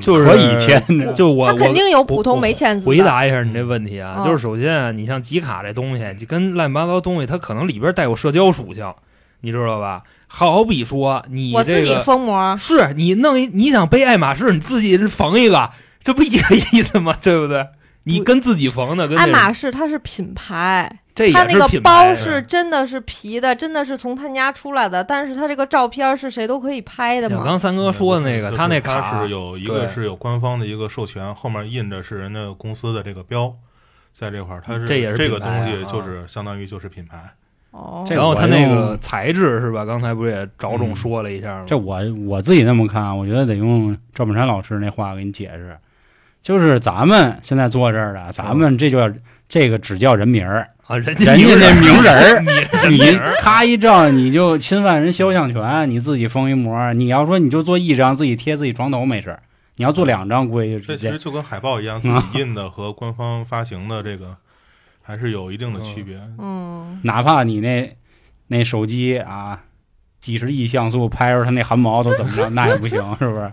Speaker 4: 可以签
Speaker 5: 签的
Speaker 3: 就是
Speaker 2: 可以签
Speaker 4: 我
Speaker 2: 的，
Speaker 3: 就我
Speaker 4: 他肯定有普
Speaker 3: 我
Speaker 4: 通没签字的。
Speaker 3: 回答一下你这问题啊，
Speaker 4: 嗯
Speaker 3: 就是首先啊，你像集卡这东西，就跟乱七八糟东西，它可能里边带有社交属性，你知道吧？好比说你
Speaker 4: 我自
Speaker 3: 这
Speaker 4: 己
Speaker 3: 个
Speaker 4: 封膜，
Speaker 3: 是你弄一你想背爱马仕，你自己缝一个，这不一个意思吗？对不对？你跟自己缝的，跟
Speaker 4: 爱
Speaker 3: 这
Speaker 4: 马仕它是品牌，
Speaker 3: 这也
Speaker 4: 它
Speaker 3: 是
Speaker 4: 那个
Speaker 3: 品
Speaker 4: 包
Speaker 3: 牌啊
Speaker 4: 是真的是皮的，真的是从他家出来的，但是他这个照片是谁都可以拍的
Speaker 3: 你看
Speaker 4: 嘛？
Speaker 3: 刚三哥说的那
Speaker 5: 就
Speaker 3: 个，
Speaker 2: 嗯
Speaker 5: 是
Speaker 3: 他
Speaker 5: 他
Speaker 3: 那卡
Speaker 5: 是有一个
Speaker 3: 对
Speaker 5: 是有官方的一个授权，后面印着是人家公司的这个标，在这块儿，它是
Speaker 3: 这也是
Speaker 5: 这
Speaker 3: 品
Speaker 5: 个
Speaker 3: 牌
Speaker 5: 东
Speaker 3: 啊
Speaker 5: 西就是相当于就是品牌，
Speaker 4: 哦，
Speaker 2: 这
Speaker 3: 然后它那
Speaker 2: 我
Speaker 3: 个
Speaker 2: 用嗯
Speaker 3: 材质是吧？刚才不是也着重说了一下吗？
Speaker 2: 这我我自己那么看，啊我觉得得用赵本山老师那话给你解释，就是咱们现在坐这儿的，咱们这就叫这个只叫人名 儿，
Speaker 3: 啊，人家
Speaker 2: 人家那名人儿，
Speaker 3: 你
Speaker 2: 你
Speaker 3: 人名 儿
Speaker 2: 咔一照你就侵犯人肖像权，你自己封一膜，你要说你就做一张自己贴自己床头没事儿，你要做两张估计
Speaker 5: 这
Speaker 2: 就
Speaker 5: 其实
Speaker 2: 这
Speaker 5: 就跟海报一样，自
Speaker 2: 啊
Speaker 5: 己印的和官方发行的这个还是有一定的区别。
Speaker 4: 嗯，
Speaker 2: 哪怕你那那手机啊几十亿像素拍出他那汗毛都怎么着，那也不行，是不是？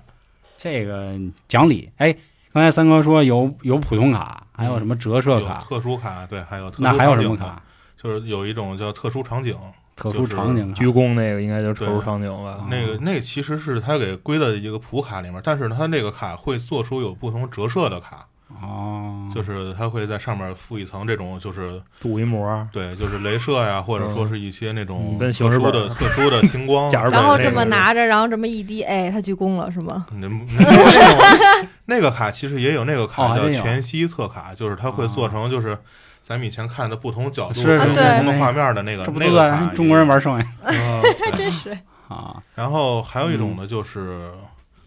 Speaker 2: 这个讲理。哎，刚才三哥说有有普通卡，还有什么折射
Speaker 5: 有
Speaker 2: 卡，
Speaker 5: 特殊卡，对，还有特殊
Speaker 2: 那还有什
Speaker 5: 场
Speaker 2: 么
Speaker 5: 景的？
Speaker 2: 卡？啊
Speaker 5: 就是有一种叫特殊场景，
Speaker 2: 特
Speaker 5: 就
Speaker 2: 殊
Speaker 5: 是
Speaker 2: 场景卡
Speaker 3: 鞠躬那个应该就是特殊
Speaker 5: 对
Speaker 3: 场景吧？
Speaker 2: 嗯
Speaker 5: 那个那个其实是它给归到一个普卡里面，但是它那个卡会做出有不同折射的卡，
Speaker 2: 哦，
Speaker 5: 就是它会在上面附一层这种就是
Speaker 3: 镀一膜，
Speaker 5: 对，就是镭射呀，或者说是一些那种
Speaker 2: 嗯
Speaker 3: 跟
Speaker 5: 特
Speaker 3: 行驶
Speaker 5: 殊
Speaker 3: 本
Speaker 5: 的、特殊的星光，
Speaker 3: 假日本
Speaker 4: 然后
Speaker 3: 那
Speaker 4: 这
Speaker 3: 个
Speaker 4: 么
Speaker 3: 是
Speaker 4: 拿着，然后这么一滴，哎，他鞠躬了是吗？
Speaker 5: 你们。你们那个卡其实也有那个
Speaker 2: 哦
Speaker 5: 卡
Speaker 2: 还
Speaker 5: 叫
Speaker 2: 真有
Speaker 5: 全息特卡，就是它会做成就是咱们以前看的不同角度、
Speaker 2: 是
Speaker 5: 不同
Speaker 4: 啊对
Speaker 5: 不同的画面的那个
Speaker 2: 这不
Speaker 5: 那
Speaker 2: 都
Speaker 5: 个
Speaker 2: 在
Speaker 5: 卡。
Speaker 2: 中国人玩剩下
Speaker 5: 也有，嗯对
Speaker 4: 真 是
Speaker 2: 啊？
Speaker 5: 然后还有一
Speaker 2: 嗯
Speaker 5: 种呢，就是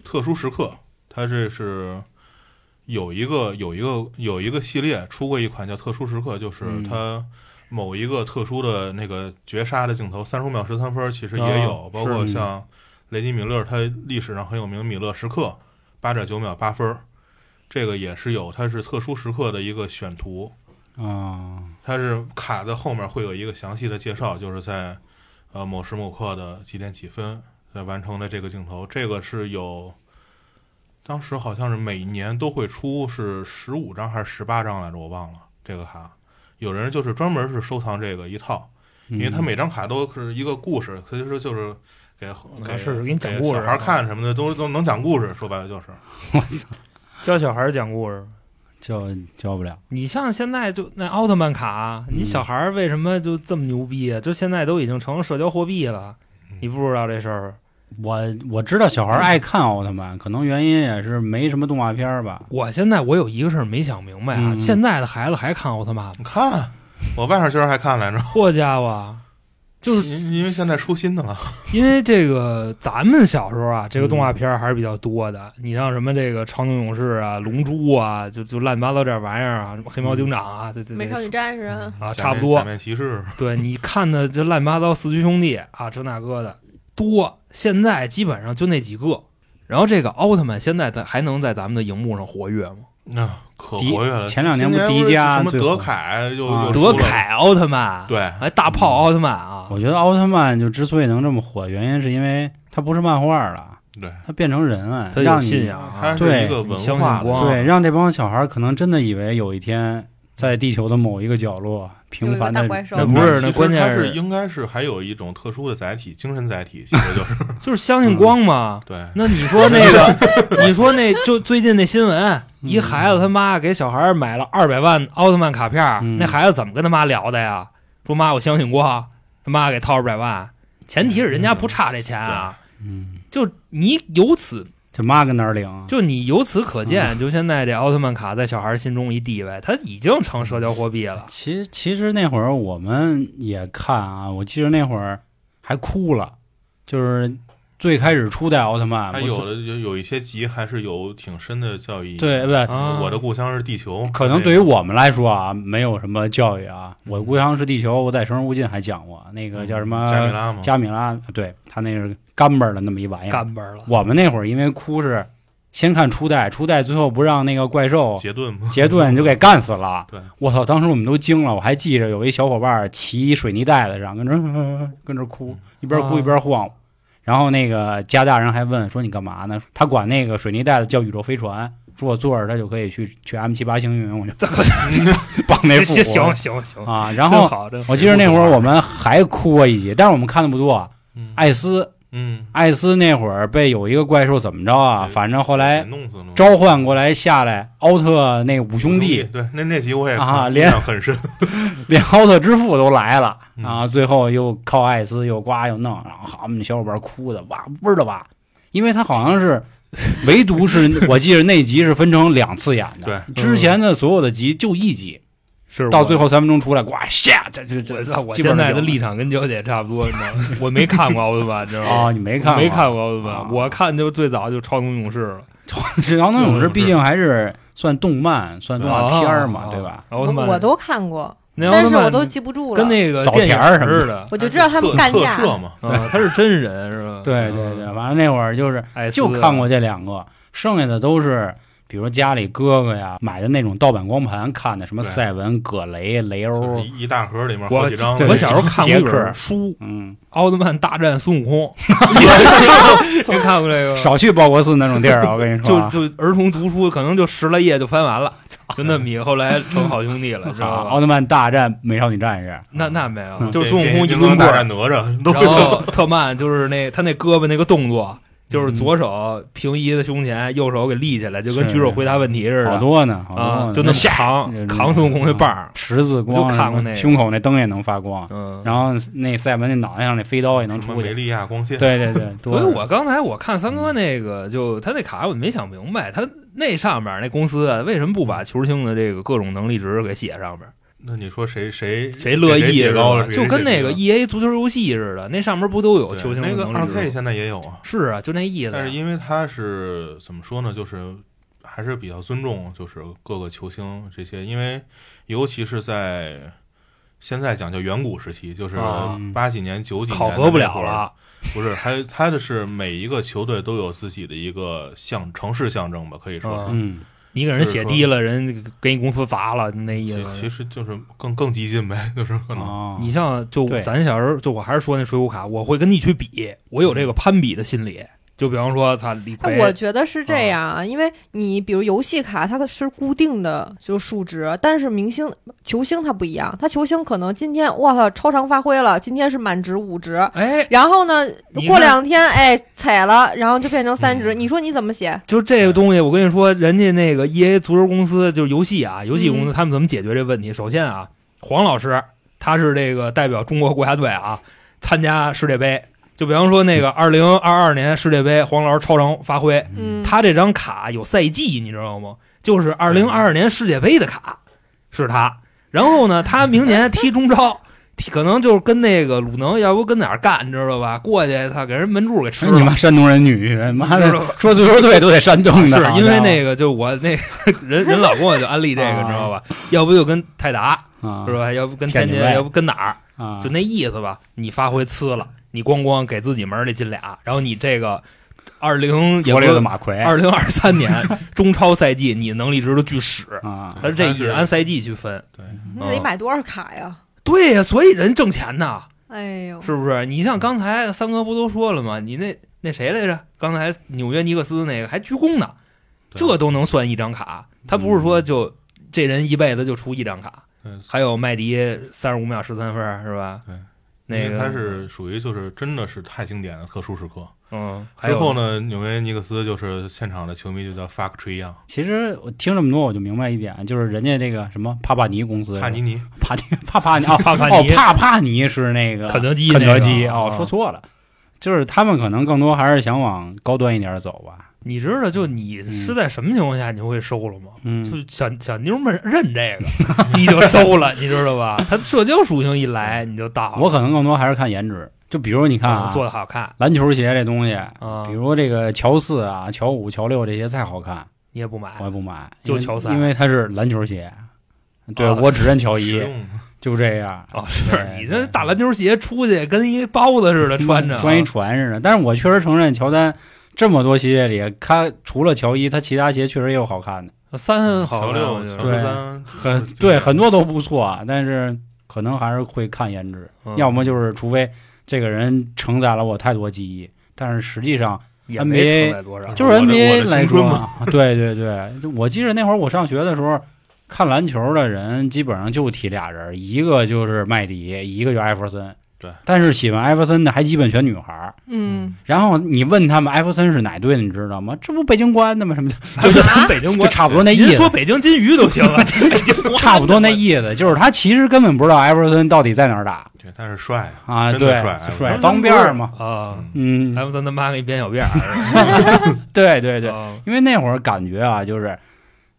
Speaker 5: 特殊时刻，它这是有一个有一个有一个系列出过一款叫特殊时刻，就是
Speaker 2: 嗯
Speaker 5: 它某一个特殊的那个绝杀的镜头，三十五秒十三分，其实也有，
Speaker 2: 啊
Speaker 5: 包
Speaker 2: 是
Speaker 5: 括
Speaker 2: 嗯
Speaker 5: 像雷吉米勒，他历史上很有名的米勒时刻，八点九秒八分，这个也是有，它是特殊时刻的一个选图，
Speaker 2: 啊，
Speaker 5: 它是卡在后面会有一个详细的介绍，就是在呃某时某刻的几点几分在完成的这个镜头，这个是有，当时好像是每年都会出是十五张还是十八张来着，我忘了这个卡。有人就是专门是收藏这个一套，
Speaker 2: 因
Speaker 5: 因为它
Speaker 3: 嗯
Speaker 5: 每张卡都是一个故事，所以说就是给给
Speaker 3: 是给你讲
Speaker 5: 给
Speaker 3: 故事啊
Speaker 5: 小孩看什么的都都能讲故事，说白了就是。
Speaker 3: 教小孩儿讲故事。
Speaker 2: 教教不了，
Speaker 3: 你像现在就那奥特曼卡，
Speaker 2: 嗯
Speaker 3: 你小孩儿为什么就这么牛逼啊？就现在都已经成社交货币了
Speaker 5: 嗯，
Speaker 3: 你不知道这事儿？
Speaker 2: 我我知道小孩爱看奥特曼，可能原因也是没什么动画片儿吧。
Speaker 3: 我现在我有一个事儿没想明白啊，
Speaker 2: 嗯
Speaker 3: 现在的孩子还看奥特曼吗？
Speaker 5: 你看，我外甥今儿还看来着，
Speaker 3: 好家伙，就是
Speaker 5: 因因为现在出新的了，
Speaker 3: 因为这个，咱们小时候啊，这个动
Speaker 2: 嗯
Speaker 3: 画片儿还是比较多的。你像什么这个超能勇士啊、龙珠啊，就就乱七八糟这玩意儿啊，什么黑猫警长啊，这这
Speaker 4: 美少女
Speaker 3: 这
Speaker 4: 战士 啊，
Speaker 3: 啊，
Speaker 5: 假
Speaker 3: 差不
Speaker 5: 面
Speaker 3: 多
Speaker 5: 假。面骑士，
Speaker 3: 对你看的这乱七八糟四驱兄弟啊，这那哥的多，现在基本上就那几个。然后这个奥特曼现在在还能在咱们的荧幕上活跃吗？
Speaker 5: 那、可
Speaker 2: 迪
Speaker 5: 活跃了。
Speaker 2: 前两年
Speaker 5: 今
Speaker 2: 不
Speaker 5: 年
Speaker 2: 迪
Speaker 5: 是
Speaker 2: 迦
Speaker 5: 什么
Speaker 2: 最
Speaker 5: 德
Speaker 2: 火
Speaker 5: 凯又
Speaker 2: 啊
Speaker 5: 又出
Speaker 3: 德
Speaker 5: 了，
Speaker 3: 凯奥特曼，，啊
Speaker 5: 对，
Speaker 3: 还大炮奥特曼啊，
Speaker 2: 我觉得奥特曼就之所以能这么火，原因是因为它不是漫画了，
Speaker 5: 对，
Speaker 2: 它变成人了，
Speaker 3: 他有
Speaker 2: 让
Speaker 3: 信
Speaker 2: 你
Speaker 3: 仰啊
Speaker 5: 它，是
Speaker 2: 对
Speaker 5: 一个
Speaker 3: 你
Speaker 5: 文
Speaker 3: 相信
Speaker 5: 化
Speaker 3: 光
Speaker 5: 的，
Speaker 2: 对让这帮小孩儿可能真的以为有一天在地球的某一个角落平凡
Speaker 4: 有
Speaker 2: 的
Speaker 4: 一个大怪兽
Speaker 3: 那不是那
Speaker 5: 其实
Speaker 3: 关键
Speaker 5: 它是
Speaker 3: 是
Speaker 5: 应该是还有一种特殊的载体，精神载体，其实就是
Speaker 3: 就是相信光嘛。
Speaker 5: 对。
Speaker 3: 那你说那个，你说那就最近那新闻，一孩子他妈给小孩买了二百万奥特曼卡片儿，
Speaker 2: 嗯
Speaker 3: 那孩子怎么跟他妈聊的呀？说妈，我相信光，他妈
Speaker 5: 啊
Speaker 3: 给掏二百万，前提是人家不差这钱啊。
Speaker 2: 嗯，
Speaker 3: 就你由此
Speaker 2: 这嘛跟哪儿领啊？
Speaker 3: 就你由此可
Speaker 2: 嗯
Speaker 3: 见，就现在这奥特曼卡在小孩心中一地位，它已经成社交货币了。
Speaker 2: 其实其实那会儿我们也看啊，我记得那会儿还哭了，就是最开始初代奥特曼，
Speaker 5: 它
Speaker 2: 我
Speaker 5: 有的有有一些集还是有挺深的教育意义。
Speaker 2: 对不、
Speaker 3: 啊，
Speaker 5: 我的故乡是地球，
Speaker 2: 可能对于我们来说啊，没有什么教育啊。我的故乡是地球，我在《生人勿近》还讲过那个叫什么
Speaker 5: 嗯加米拉嘛，
Speaker 2: 加米拉，对他那是干巴儿的那么一玩意儿。
Speaker 3: 嗯干巴儿 了。
Speaker 2: 我们那会儿因为哭是先看初代，初代最后不让那个怪 兽
Speaker 5: 杰顿嘛，
Speaker 2: 杰顿就给干死了。
Speaker 5: 对，
Speaker 2: 我操！当时我们都惊了，我还记着有一小伙伴骑水泥袋子上跟着、 跟着哭，一边哭
Speaker 3: 啊
Speaker 2: 一边晃。然后那个家大人还问说你干嘛呢？他管那个水泥袋子叫宇宙飞船，说我坐着它就可以去去 M 七八星云，我就帮那复
Speaker 3: 行行
Speaker 2: 活
Speaker 3: 行 行，
Speaker 2: 啊。然
Speaker 3: 真
Speaker 2: 后
Speaker 3: 好，真好
Speaker 2: 我记得那会儿我们还哭过一集，但是我们看的不多啊。
Speaker 5: 嗯
Speaker 2: 艾斯
Speaker 5: 嗯，
Speaker 2: 艾斯那会儿被有一个怪兽怎么着啊？反正后来
Speaker 5: 给弄死了嘛，
Speaker 2: 召唤过来下来，奥特那五兄弟
Speaker 5: 对，那那集我也
Speaker 2: 啊
Speaker 5: 印
Speaker 2: 连
Speaker 5: 象很深，
Speaker 2: 连奥特之父都来了
Speaker 5: 嗯
Speaker 2: 啊！最后又靠艾斯又刮又弄，然后我们小伙伴哭的哇嗡儿的哇，因为他好像是唯独是我记得那集是分成两次演的，
Speaker 5: 对，
Speaker 2: 之前的所有的集就一集，
Speaker 3: 是
Speaker 2: 到
Speaker 3: 我
Speaker 2: 最后三分钟出来，呱下这这
Speaker 3: 我
Speaker 2: 这
Speaker 3: 操！我
Speaker 2: 基本上
Speaker 3: 现在
Speaker 2: 就
Speaker 3: 的立场跟娇姐差不多，你知道吗？ 我没看过奥特曼，你知道吗？
Speaker 2: 哦，你没看
Speaker 3: 没
Speaker 2: 看
Speaker 3: 看过奥特
Speaker 2: 啊
Speaker 3: 曼，我看就最早就超能勇士了，
Speaker 2: 《奥特勇士
Speaker 5: 嗯》，
Speaker 2: 毕竟还是算动漫算动画片儿嘛，
Speaker 3: 啊
Speaker 2: 对吧？？
Speaker 3: 奥特曼，
Speaker 4: 我都看过，
Speaker 3: 那奥
Speaker 4: 但
Speaker 3: 特
Speaker 4: 是
Speaker 3: 曼
Speaker 4: 我都记不住了。
Speaker 3: 跟那个
Speaker 2: 早
Speaker 3: 电
Speaker 2: 田儿
Speaker 3: 影
Speaker 2: 什么的
Speaker 3: 似的，
Speaker 4: 我就知道他们
Speaker 5: 特
Speaker 4: 干
Speaker 5: 特
Speaker 4: 架，
Speaker 5: 摄嘛，
Speaker 3: 啊，他是真人是吧？啊
Speaker 2: 对对对，完了那会儿就是
Speaker 3: 哎，
Speaker 2: 就看过这两个，剩下的都是比如家里哥哥呀买的那种盗版光盘看的，什么
Speaker 5: 对
Speaker 2: 赛文、葛雷、雷
Speaker 5: 就是
Speaker 2: 欧，
Speaker 5: 一一大盒里面
Speaker 3: 我
Speaker 5: 好几张，
Speaker 2: 哦对
Speaker 3: 我小时候看过一
Speaker 2: 杰克
Speaker 3: 本书《
Speaker 2: 嗯，
Speaker 3: 奥特曼大战孙悟 空》，没看过这 个？
Speaker 2: 少去报国寺那种地儿啊，我跟你说
Speaker 3: 就
Speaker 2: 啊，
Speaker 3: 就儿童读书，可能就十来页就翻完了，就那么一个。后来成好兄 弟了，知
Speaker 2: 啊
Speaker 3: 道
Speaker 2: 奥
Speaker 3: 吧？
Speaker 2: 特曼大战美少女战士，
Speaker 3: 那那没有，
Speaker 2: 嗯
Speaker 3: 就是孙悟
Speaker 5: 变
Speaker 3: 空
Speaker 5: 变
Speaker 3: 一
Speaker 5: 形金
Speaker 3: 抡棍
Speaker 5: 刚大
Speaker 3: 儿
Speaker 5: 战，哪吒都
Speaker 3: 然后特曼就是那他那胳膊那个动作，就是
Speaker 2: 嗯
Speaker 3: 左手平移的胸前，右手给立起来，就跟
Speaker 2: 是
Speaker 3: 举手回答问题似
Speaker 2: 好
Speaker 3: 的
Speaker 2: 多呢，好多
Speaker 3: 啊，
Speaker 2: 呢，
Speaker 3: 就那么
Speaker 2: 吓啊
Speaker 3: 扛扛孙悟空那棒儿。
Speaker 2: 十字光，
Speaker 3: 我就看过那个
Speaker 2: 胸口那灯也能发光，
Speaker 3: 嗯，
Speaker 2: 然后那赛文那脑袋上那飞刀也能
Speaker 5: 什么
Speaker 2: 出
Speaker 5: 梅
Speaker 2: 去，
Speaker 5: 利亚光线，
Speaker 2: 对对对，多
Speaker 3: 所以
Speaker 2: 着
Speaker 3: 我刚才我看三哥那个，就他那卡我没想明白，他那上面那公司啊，为什么不把球星的这个各种能力值给写上面？
Speaker 5: 那你说谁谁
Speaker 3: 谁乐
Speaker 5: 谁
Speaker 3: 意
Speaker 5: 写
Speaker 3: 是
Speaker 5: 高
Speaker 3: 吧
Speaker 5: 了？？谁
Speaker 3: 就跟
Speaker 5: 谁
Speaker 3: 那个
Speaker 5: 写
Speaker 3: E A 足球游戏似的，那上面不都
Speaker 5: 低
Speaker 3: 有
Speaker 5: 对
Speaker 3: 球星的
Speaker 5: 那个
Speaker 3: 能
Speaker 5: 二
Speaker 3: 力值
Speaker 5: K
Speaker 3: 吗？
Speaker 5: 现在也有啊，
Speaker 3: 是啊，就那意思
Speaker 5: 但是
Speaker 3: 啊。
Speaker 5: 因为他是怎么说呢，就是还是比较尊重，就是各个球星这些，因为尤其是在现在讲叫远古时期，就是
Speaker 3: 啊
Speaker 5: 八几年、九几年
Speaker 3: 考核不
Speaker 5: 的那
Speaker 3: 了
Speaker 5: 会儿，
Speaker 3: 了，
Speaker 5: 不是，还他的是每一个球队都有自己的一个象城市象征吧，可以说
Speaker 3: 啊。
Speaker 2: 嗯，
Speaker 3: 你给人写低了，人给你公司罚了，那意
Speaker 5: 其
Speaker 3: 思。
Speaker 5: 其实就是更更激进呗，就是可能
Speaker 2: 哦
Speaker 3: 你像就
Speaker 2: 对
Speaker 3: 咱小时候，就我还是说那水浒卡，我会跟你去比，我有这
Speaker 5: 嗯
Speaker 3: 个攀比的心理。就比方说，操李
Speaker 4: 哎
Speaker 3: 逵，
Speaker 4: 我觉得是这样啊，因为你比如游戏卡它是固定的就是数值，但是明星球星它不一样，它球星可能今天哇操超常发挥了，今天是满值五值，
Speaker 3: 哎，
Speaker 4: 然后呢
Speaker 3: 你看嗯
Speaker 4: 过两天哎踩了，然后就变成三值，你说你怎么写？
Speaker 3: 就这个东西，我跟你说，人家那个 E A 足球公司就是游戏啊，游戏公司他们怎么解决这问题？首先啊，黄老师他是这个代表中国国家队啊参加世界杯，就比方说那个二零二二年世界杯，黄老师超常发挥，
Speaker 4: 嗯，
Speaker 3: 他这张卡有赛季，你知道吗？就是二零二二年世界杯的卡，是他。然后呢，他明年踢中超， 踢可能就是跟那个鲁能，要不跟哪儿干，你知道吧？过去他给人门柱给吃
Speaker 2: 哎
Speaker 3: 了。
Speaker 2: 你妈山东人女，妈
Speaker 3: 知
Speaker 2: 的
Speaker 3: 道吧
Speaker 2: 说足球队都得山东的，
Speaker 3: 是
Speaker 2: 好
Speaker 3: 因为
Speaker 2: 家伙
Speaker 3: 那个， 就我那人人老跟我就安利这个，
Speaker 2: 啊
Speaker 3: 你知道吧？要不就跟泰达
Speaker 2: 啊
Speaker 3: 是吧？要不跟
Speaker 2: 天
Speaker 3: 天
Speaker 2: 津
Speaker 3: 津，
Speaker 2: 卫
Speaker 3: 要不跟哪儿，
Speaker 2: 啊，
Speaker 3: 就那意思吧。你发挥呲了，你咣咣给自己门里进俩，然后你这个二零也
Speaker 2: 拙
Speaker 3: 不
Speaker 2: 劣的马奎
Speaker 3: 二零二三 年中超赛季，你能力值都巨屎。
Speaker 2: 啊，
Speaker 3: 他是这意
Speaker 5: 但
Speaker 3: 思，
Speaker 5: 是
Speaker 3: 按赛季去分。
Speaker 5: 对，
Speaker 4: 那
Speaker 3: 啊
Speaker 4: 得买多少卡呀？
Speaker 3: 对呀，所以人挣钱呐，
Speaker 4: 哎呦，
Speaker 3: 是不是？你像刚才三哥不都说了吗？你那那谁来着？刚才纽约尼克斯那个还鞠躬呢，
Speaker 5: 对
Speaker 3: 这都能算一张卡。
Speaker 2: 嗯
Speaker 3: 他不是说就这人一辈子就出一张卡，
Speaker 5: 对
Speaker 3: 还有麦迪三十五秒十三分是吧
Speaker 5: 对？
Speaker 3: 那个
Speaker 5: 他是属于就是真的是太经典的特殊时刻。
Speaker 3: 嗯，还
Speaker 5: 之
Speaker 3: 有
Speaker 5: 后呢，纽约尼克斯就是现场的球迷就叫 fuck tree 样，
Speaker 2: 其实我听这么多，我就明白一点，就是人家这个什么帕帕尼公司，
Speaker 5: 帕尼尼，
Speaker 2: 帕尼帕帕尼哦
Speaker 3: 帕帕
Speaker 2: 哦
Speaker 3: 尼
Speaker 2: 帕帕尼是那个
Speaker 3: 肯德基
Speaker 2: 肯
Speaker 3: 那
Speaker 2: 德
Speaker 3: 个
Speaker 2: 基
Speaker 3: 啊
Speaker 2: 哦，说错了，就是他们可能更多还是想往高端一点走吧，
Speaker 3: 你知道，就你是在什么情况下你会收了吗？
Speaker 2: 嗯，
Speaker 3: 就小小妞们认这个，你就收了，你知道吧？他社交属性一来，你就到了。
Speaker 2: 我可能更多还是看颜值，就比如你看啊，
Speaker 3: 哦做的好看
Speaker 2: 篮球鞋这东西，
Speaker 3: 啊
Speaker 2: 比，如这个乔四啊、乔五、乔六这些再好看，
Speaker 3: 你也不
Speaker 2: 我
Speaker 3: 买
Speaker 2: 也不买，
Speaker 3: 哎就
Speaker 2: 因为
Speaker 3: 乔三
Speaker 2: 因为它是篮球鞋。对，
Speaker 3: 啊
Speaker 2: 我只认乔
Speaker 5: 实
Speaker 2: 一，
Speaker 5: 用
Speaker 2: 就这样。
Speaker 3: 哦，是
Speaker 2: 对
Speaker 3: 你这大篮球鞋出去跟一包子似的穿着啊，
Speaker 2: 穿一船似的。但是我确实承认，乔丹这么多系列里，他除了乔伊，他其他鞋确实也有好看的，
Speaker 3: 啊三嗯好
Speaker 5: 乔
Speaker 3: 看
Speaker 5: 六
Speaker 3: 我觉、得
Speaker 5: 乔十三，
Speaker 2: 很
Speaker 5: 就是
Speaker 2: 对，很多都不错啊。但是可能还是会看颜值，
Speaker 3: 嗯
Speaker 2: 要么就是除非这个人承载了我太多记忆。但是实际上，
Speaker 3: 也没
Speaker 2: NBA
Speaker 3: 承载多少，
Speaker 2: 啊就是
Speaker 5: 啊我的我
Speaker 2: NBA
Speaker 5: 的
Speaker 2: 来
Speaker 5: 青春
Speaker 2: 说
Speaker 5: 嘛
Speaker 2: 啊，对对对，就我记得那会儿我上学的时候，看篮球的人基本上就提俩人，一个就是麦迪，一个就艾弗森。
Speaker 5: 对，
Speaker 2: 但是喜欢艾弗森的还基本全女孩儿。
Speaker 4: 嗯，
Speaker 2: 然后你问他们艾弗森是哪队的，你知道吗？这不北京国安的吗？什么的，
Speaker 3: 就是
Speaker 4: 啊
Speaker 3: 咱北京
Speaker 2: 就
Speaker 3: 国。
Speaker 2: 差不多那意
Speaker 3: 您
Speaker 2: 思
Speaker 3: 说，北京金鱼都行 啊，这北京国安
Speaker 2: 差不多那意思，就是他其实根本不知道艾弗森到底在哪儿打
Speaker 5: 对，但是帅啊，
Speaker 2: 啊，
Speaker 5: 真的
Speaker 2: 对
Speaker 5: 帅艾，弗森
Speaker 2: 帅脏辫儿嘛，
Speaker 3: 啊，
Speaker 2: 嗯，
Speaker 3: 咱们咱他妈给你编小辫儿
Speaker 2: 对对对，
Speaker 3: 啊，
Speaker 2: 因为那会儿感觉啊，就是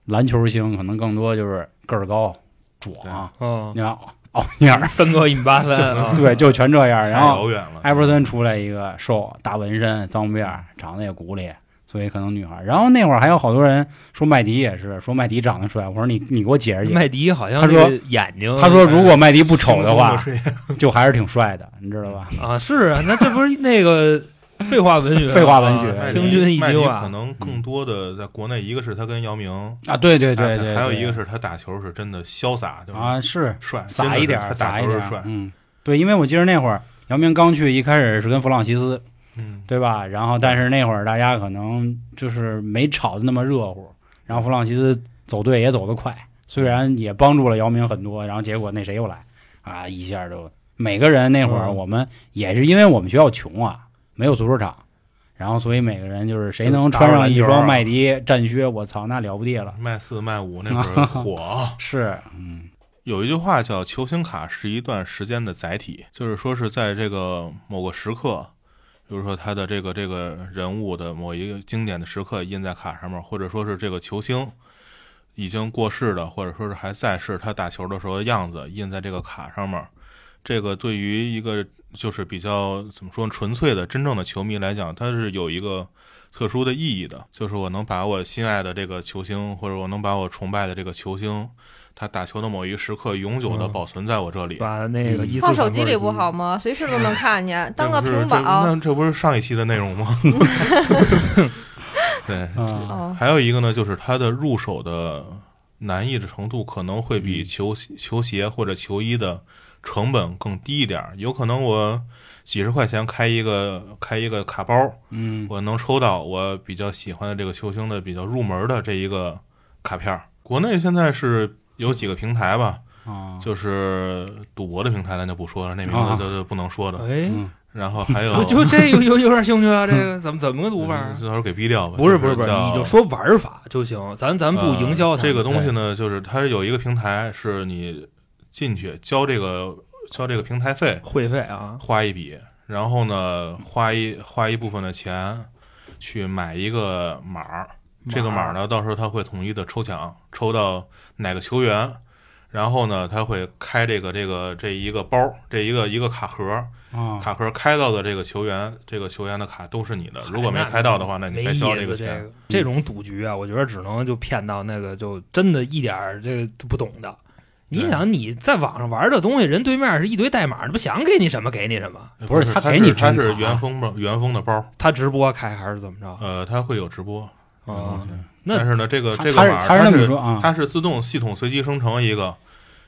Speaker 2: 篮球星可能更多就是个儿高、壮，
Speaker 3: 嗯，
Speaker 2: 你看奥尼 尔，
Speaker 3: 身高一米八三，啊
Speaker 2: 对，就全这样。
Speaker 5: 太
Speaker 2: 然后
Speaker 5: 遥远了。
Speaker 2: 艾弗森出来一个瘦、大纹身、脏辫儿，长得也古里，所以可能女孩儿。然后那会儿还有好多人说麦迪也是，说麦迪长得帅。我说你你给我解释解释。
Speaker 3: 麦迪好像
Speaker 2: 他说
Speaker 3: 这个眼睛，
Speaker 2: 他说如果麦迪不丑的
Speaker 5: 星空
Speaker 2: 话，
Speaker 5: 是
Speaker 2: 就还是挺帅的，你知道吧？
Speaker 3: 啊，是啊，那这不是那个废话文学吗，
Speaker 2: 废话文学
Speaker 3: 啊
Speaker 5: 麦迪
Speaker 3: 听君一
Speaker 5: 麦
Speaker 3: 席
Speaker 5: 迪可
Speaker 3: 话，
Speaker 5: 能更多的在国内，一个是他跟姚明，
Speaker 2: 啊，对对
Speaker 5: 哎
Speaker 2: 对对，
Speaker 5: 还有
Speaker 2: 对
Speaker 5: 一个是他打球是真的潇洒，就是
Speaker 2: 啊是
Speaker 5: 帅，
Speaker 2: 撒一点
Speaker 5: 真
Speaker 2: 儿，
Speaker 5: 的是他
Speaker 2: 撒
Speaker 5: 打
Speaker 2: 一
Speaker 5: 球
Speaker 2: 点
Speaker 5: 是
Speaker 2: 儿
Speaker 5: 帅，，
Speaker 2: 嗯，对，因为我记得那会儿姚明刚去，一开始是跟弗朗西斯，
Speaker 5: 嗯，
Speaker 2: 对吧？然后但是那会儿大家可能就是没炒的那么热乎，然后弗朗西斯走队也走得快，虽然也帮助了姚明很多，然后结果那谁又来啊，一下就每个人那会儿
Speaker 3: 嗯
Speaker 2: 我们也是因为我们学校穷啊，没有足球场。然后，所以每个人就是谁能穿上一
Speaker 5: 啊
Speaker 2: 双麦迪战靴，我操，那了不地了！
Speaker 5: 卖四卖五那 会儿火。啊
Speaker 2: 是，嗯，
Speaker 5: 有一句话叫“球星卡是一段时间的载体”，就是说是在这个某个时刻，比如说他的这个这个人物的某一个经典的时刻印在卡上面，或者说是这个球星已经过世的，或者说是还在世，他打球的时候的样子印在这个卡上面。这个对于一个就是比较怎么说纯粹的真正的球迷来讲，它是有一个特殊的意义的，就是我能把我心爱的这个球星，或者我能把我崇拜的这个球星，他打球的某一个时刻永久的
Speaker 3: 嗯
Speaker 5: 保存在我这里。
Speaker 3: 把那个
Speaker 2: 嗯
Speaker 3: 一次
Speaker 4: 放手机里不好吗？随时 都能看见，当个
Speaker 5: 这不是
Speaker 4: 屏
Speaker 5: 这
Speaker 4: 保。
Speaker 5: 那这不是上一期的内 容吗？对，
Speaker 2: 啊，
Speaker 4: 哦，
Speaker 5: 还有一个呢，就是它的入手的难易的程度可能会
Speaker 4: 嗯
Speaker 5: 比球球鞋或者球衣的成本更低一点儿。有可能我几十块钱开一个开一个卡包，
Speaker 2: 嗯，
Speaker 5: 我能抽到我比较喜欢的这个球星的比较入门的这一个卡片儿。国内现在是有几个平台吧，
Speaker 2: 啊，
Speaker 5: 哦就是赌博的平台，咱就不说了，那名
Speaker 2: 啊
Speaker 5: 字就就不能说的。
Speaker 3: 哎，
Speaker 2: 嗯
Speaker 5: 然后 还有
Speaker 3: 我就这有有有点兴趣啊，这个怎么怎么个读法
Speaker 2: 嗯
Speaker 3: 啊？
Speaker 5: 到时候给逼掉吧。
Speaker 3: 不是不
Speaker 5: 嗯
Speaker 3: 是
Speaker 5: 是
Speaker 3: 不是，
Speaker 5: 叫
Speaker 3: 你就说玩法就行，咱咱不
Speaker 5: 呃
Speaker 3: 营销它
Speaker 5: 这个东西呢，就是它是有一个平台，是你进去交这个交这个平台费，
Speaker 3: 会费啊，
Speaker 5: 花一笔，然后呢花一花一部分的钱去买一个码儿，这个码儿呢，到时候它会统一的抽奖，抽到哪个球员，然后呢，他会开这个这个这一个包儿，这一个一个卡盒，
Speaker 2: 啊，
Speaker 5: 卡盒开到的这个球员，这个球员的卡都是你的，如果没
Speaker 3: 哎那
Speaker 5: 开到的话，那你
Speaker 3: 没
Speaker 5: 白
Speaker 3: 意
Speaker 5: 交这
Speaker 3: 思。
Speaker 5: 个
Speaker 3: 这
Speaker 5: 钱。
Speaker 3: 个这种赌局啊，我觉得只能就骗到那个就真的一点儿这个都不懂的。你
Speaker 5: 对
Speaker 3: 想你在网上玩这东西，人对面是一堆代码，这不想给你什么给你什么？
Speaker 2: 不是
Speaker 5: 它
Speaker 2: 他给你啊
Speaker 5: 它
Speaker 2: 真
Speaker 5: 是
Speaker 2: 卡
Speaker 5: 原封包原封的包儿，
Speaker 3: 他直播开还是怎么着
Speaker 5: 呃，它会有直播。
Speaker 3: 啊？那
Speaker 5: 但是呢，这个
Speaker 2: 他
Speaker 5: 哦这个
Speaker 2: 他是
Speaker 5: 码儿
Speaker 2: 他是
Speaker 5: 它
Speaker 2: 那么
Speaker 5: 是
Speaker 2: 说啊，
Speaker 5: 它是自动系统随机生成一个。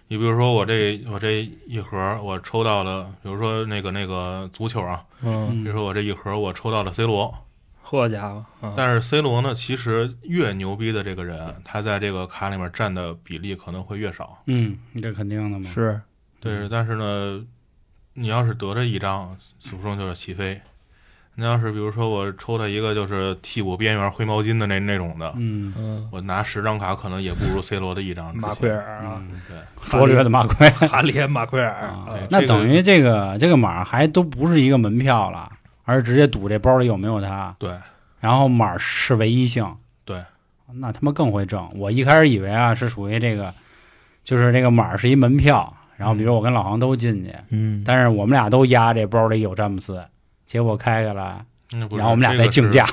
Speaker 5: 你比如说我这我这一盒我抽到了，比如说那个那个足球啊，
Speaker 3: 嗯，
Speaker 5: 比
Speaker 2: 嗯
Speaker 5: 如说我这一盒我抽到了 C 罗，
Speaker 3: 好家伙，啊
Speaker 5: 但是 C 罗呢，其实越牛逼的这个人，他在这个卡里面占的比例可能会越少。
Speaker 2: 嗯，这肯定的嘛，
Speaker 3: 是
Speaker 2: 嗯
Speaker 5: 对，但是呢，你要是得这一张，俗称就是起飞。你要是比如说我抽到一个就是替补边缘灰毛巾的那那种的，
Speaker 2: 嗯，
Speaker 3: 嗯，
Speaker 5: 我拿十张卡可能也不如 C 罗的一张值钱。
Speaker 3: 马奎尔啊，
Speaker 2: 嗯
Speaker 5: 对，
Speaker 2: 拙劣的马奎
Speaker 5: 嗯
Speaker 3: 哈利马奎尔
Speaker 2: 啊
Speaker 3: 啊，
Speaker 2: 那
Speaker 5: 这个
Speaker 2: 等于这个这个码还都不是一个门票了，而是直接赌这包里有没有它。
Speaker 5: 对，
Speaker 2: 然后码儿是唯一性，哦
Speaker 5: 对，
Speaker 2: 那他妈更会挣。我一开始以为啊是属于这个，就是这个码儿是一门票，然后比如我跟老航都进去，
Speaker 3: 嗯，
Speaker 2: 但是我们俩都压这包里有詹姆斯，结果开开了，
Speaker 5: 那不是
Speaker 2: 然后我们俩
Speaker 5: 这个
Speaker 2: 再竞
Speaker 5: 是
Speaker 2: 价，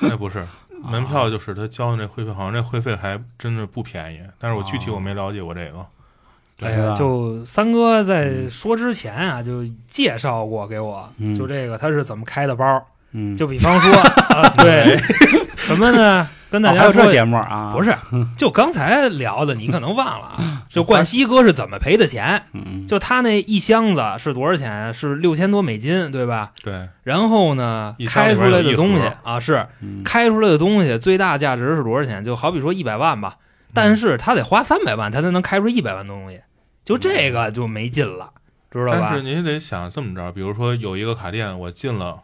Speaker 5: 那 不是门票，就是他交的那会费，好像那会费还真的不便宜。但是我具体
Speaker 2: 啊
Speaker 5: 我没了解过这个。
Speaker 3: 哎
Speaker 2: 对吧
Speaker 3: 呀，就三哥
Speaker 5: 嗯
Speaker 3: 在说之前啊，就介绍过给我，
Speaker 2: 嗯
Speaker 3: 就这个他是怎么开的包，
Speaker 2: 嗯，
Speaker 3: 就比 方说，啊、对 什么呢？跟大
Speaker 2: 哦还
Speaker 3: 家
Speaker 2: 有
Speaker 3: 说
Speaker 2: 这节目啊，
Speaker 3: 不，是，就刚才聊的，你可能忘了啊。 就冠希哥是怎么赔的钱？
Speaker 2: 嗯，
Speaker 3: 就他那一箱子是多少钱？是六千多美金，对吧？
Speaker 5: 对，
Speaker 3: 然后呢
Speaker 5: 一，箱
Speaker 3: 开
Speaker 5: 里
Speaker 3: 出
Speaker 5: 边有
Speaker 3: 来
Speaker 5: 一
Speaker 3: 的东西
Speaker 5: 盒
Speaker 3: 啊，是
Speaker 2: 嗯
Speaker 3: 开出来的东西最大价值是多少钱？就好比说一百万吧，
Speaker 2: 嗯
Speaker 3: 但是他得花三百万，他才能开出一百万的东西，就
Speaker 2: 嗯
Speaker 3: 这个就没劲了，知道
Speaker 5: 但
Speaker 3: 吧
Speaker 5: 是？您得想这么着，比如说有一个卡店，我进了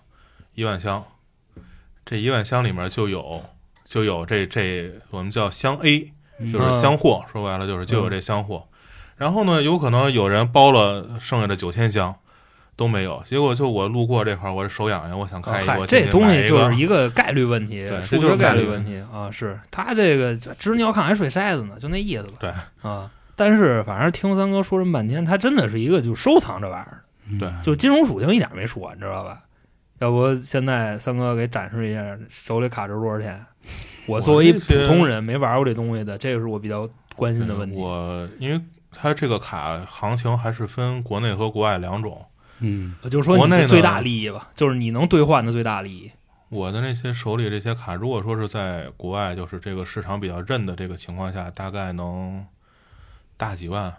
Speaker 5: 一万箱，这一万箱里面就有就有这这我们叫箱 A，就
Speaker 2: 嗯
Speaker 5: 是箱货，说白了就是就有
Speaker 3: 嗯
Speaker 5: 这箱货。然后呢，有可能有人包了剩下的九千箱都没有，结果就我路过这块儿，我手痒痒，我想
Speaker 3: 啊
Speaker 5: 看一
Speaker 3: 嗨
Speaker 5: 个，，我进
Speaker 3: 这
Speaker 5: 去
Speaker 3: 东
Speaker 5: 买
Speaker 3: 西
Speaker 5: 一
Speaker 3: 就
Speaker 5: 个
Speaker 3: 是一个概率问题
Speaker 5: 对，
Speaker 3: 数
Speaker 5: 这就
Speaker 3: 学
Speaker 5: 是
Speaker 3: 概
Speaker 5: 概率
Speaker 3: 率问题啊！是他这个直尿炕还甩筛子呢，就那意思吧。
Speaker 5: 对
Speaker 3: 啊，但是反正听三哥说这么半天，他真的是一个就收藏这玩意儿的，
Speaker 2: 嗯
Speaker 5: 对
Speaker 3: 就金融属性一点没说，你知道吧？要不现在三哥给展示一下手里卡着多少钱？我
Speaker 5: 我
Speaker 3: 作为一
Speaker 5: 这
Speaker 3: 普
Speaker 5: 些
Speaker 3: 通人，没玩过这东西的，这个是我比较关心的问题。
Speaker 5: 嗯我因为它这个卡行情还是分国内和国外两种，
Speaker 2: 嗯
Speaker 3: 我就说
Speaker 5: 国内
Speaker 3: 你
Speaker 5: 呢
Speaker 3: 最大利益吧，就是你能兑换的最大利益。
Speaker 5: 我的那些手里这些卡，如果说是在国外，就是这个市场比较认的这个情况下，大概能大几万，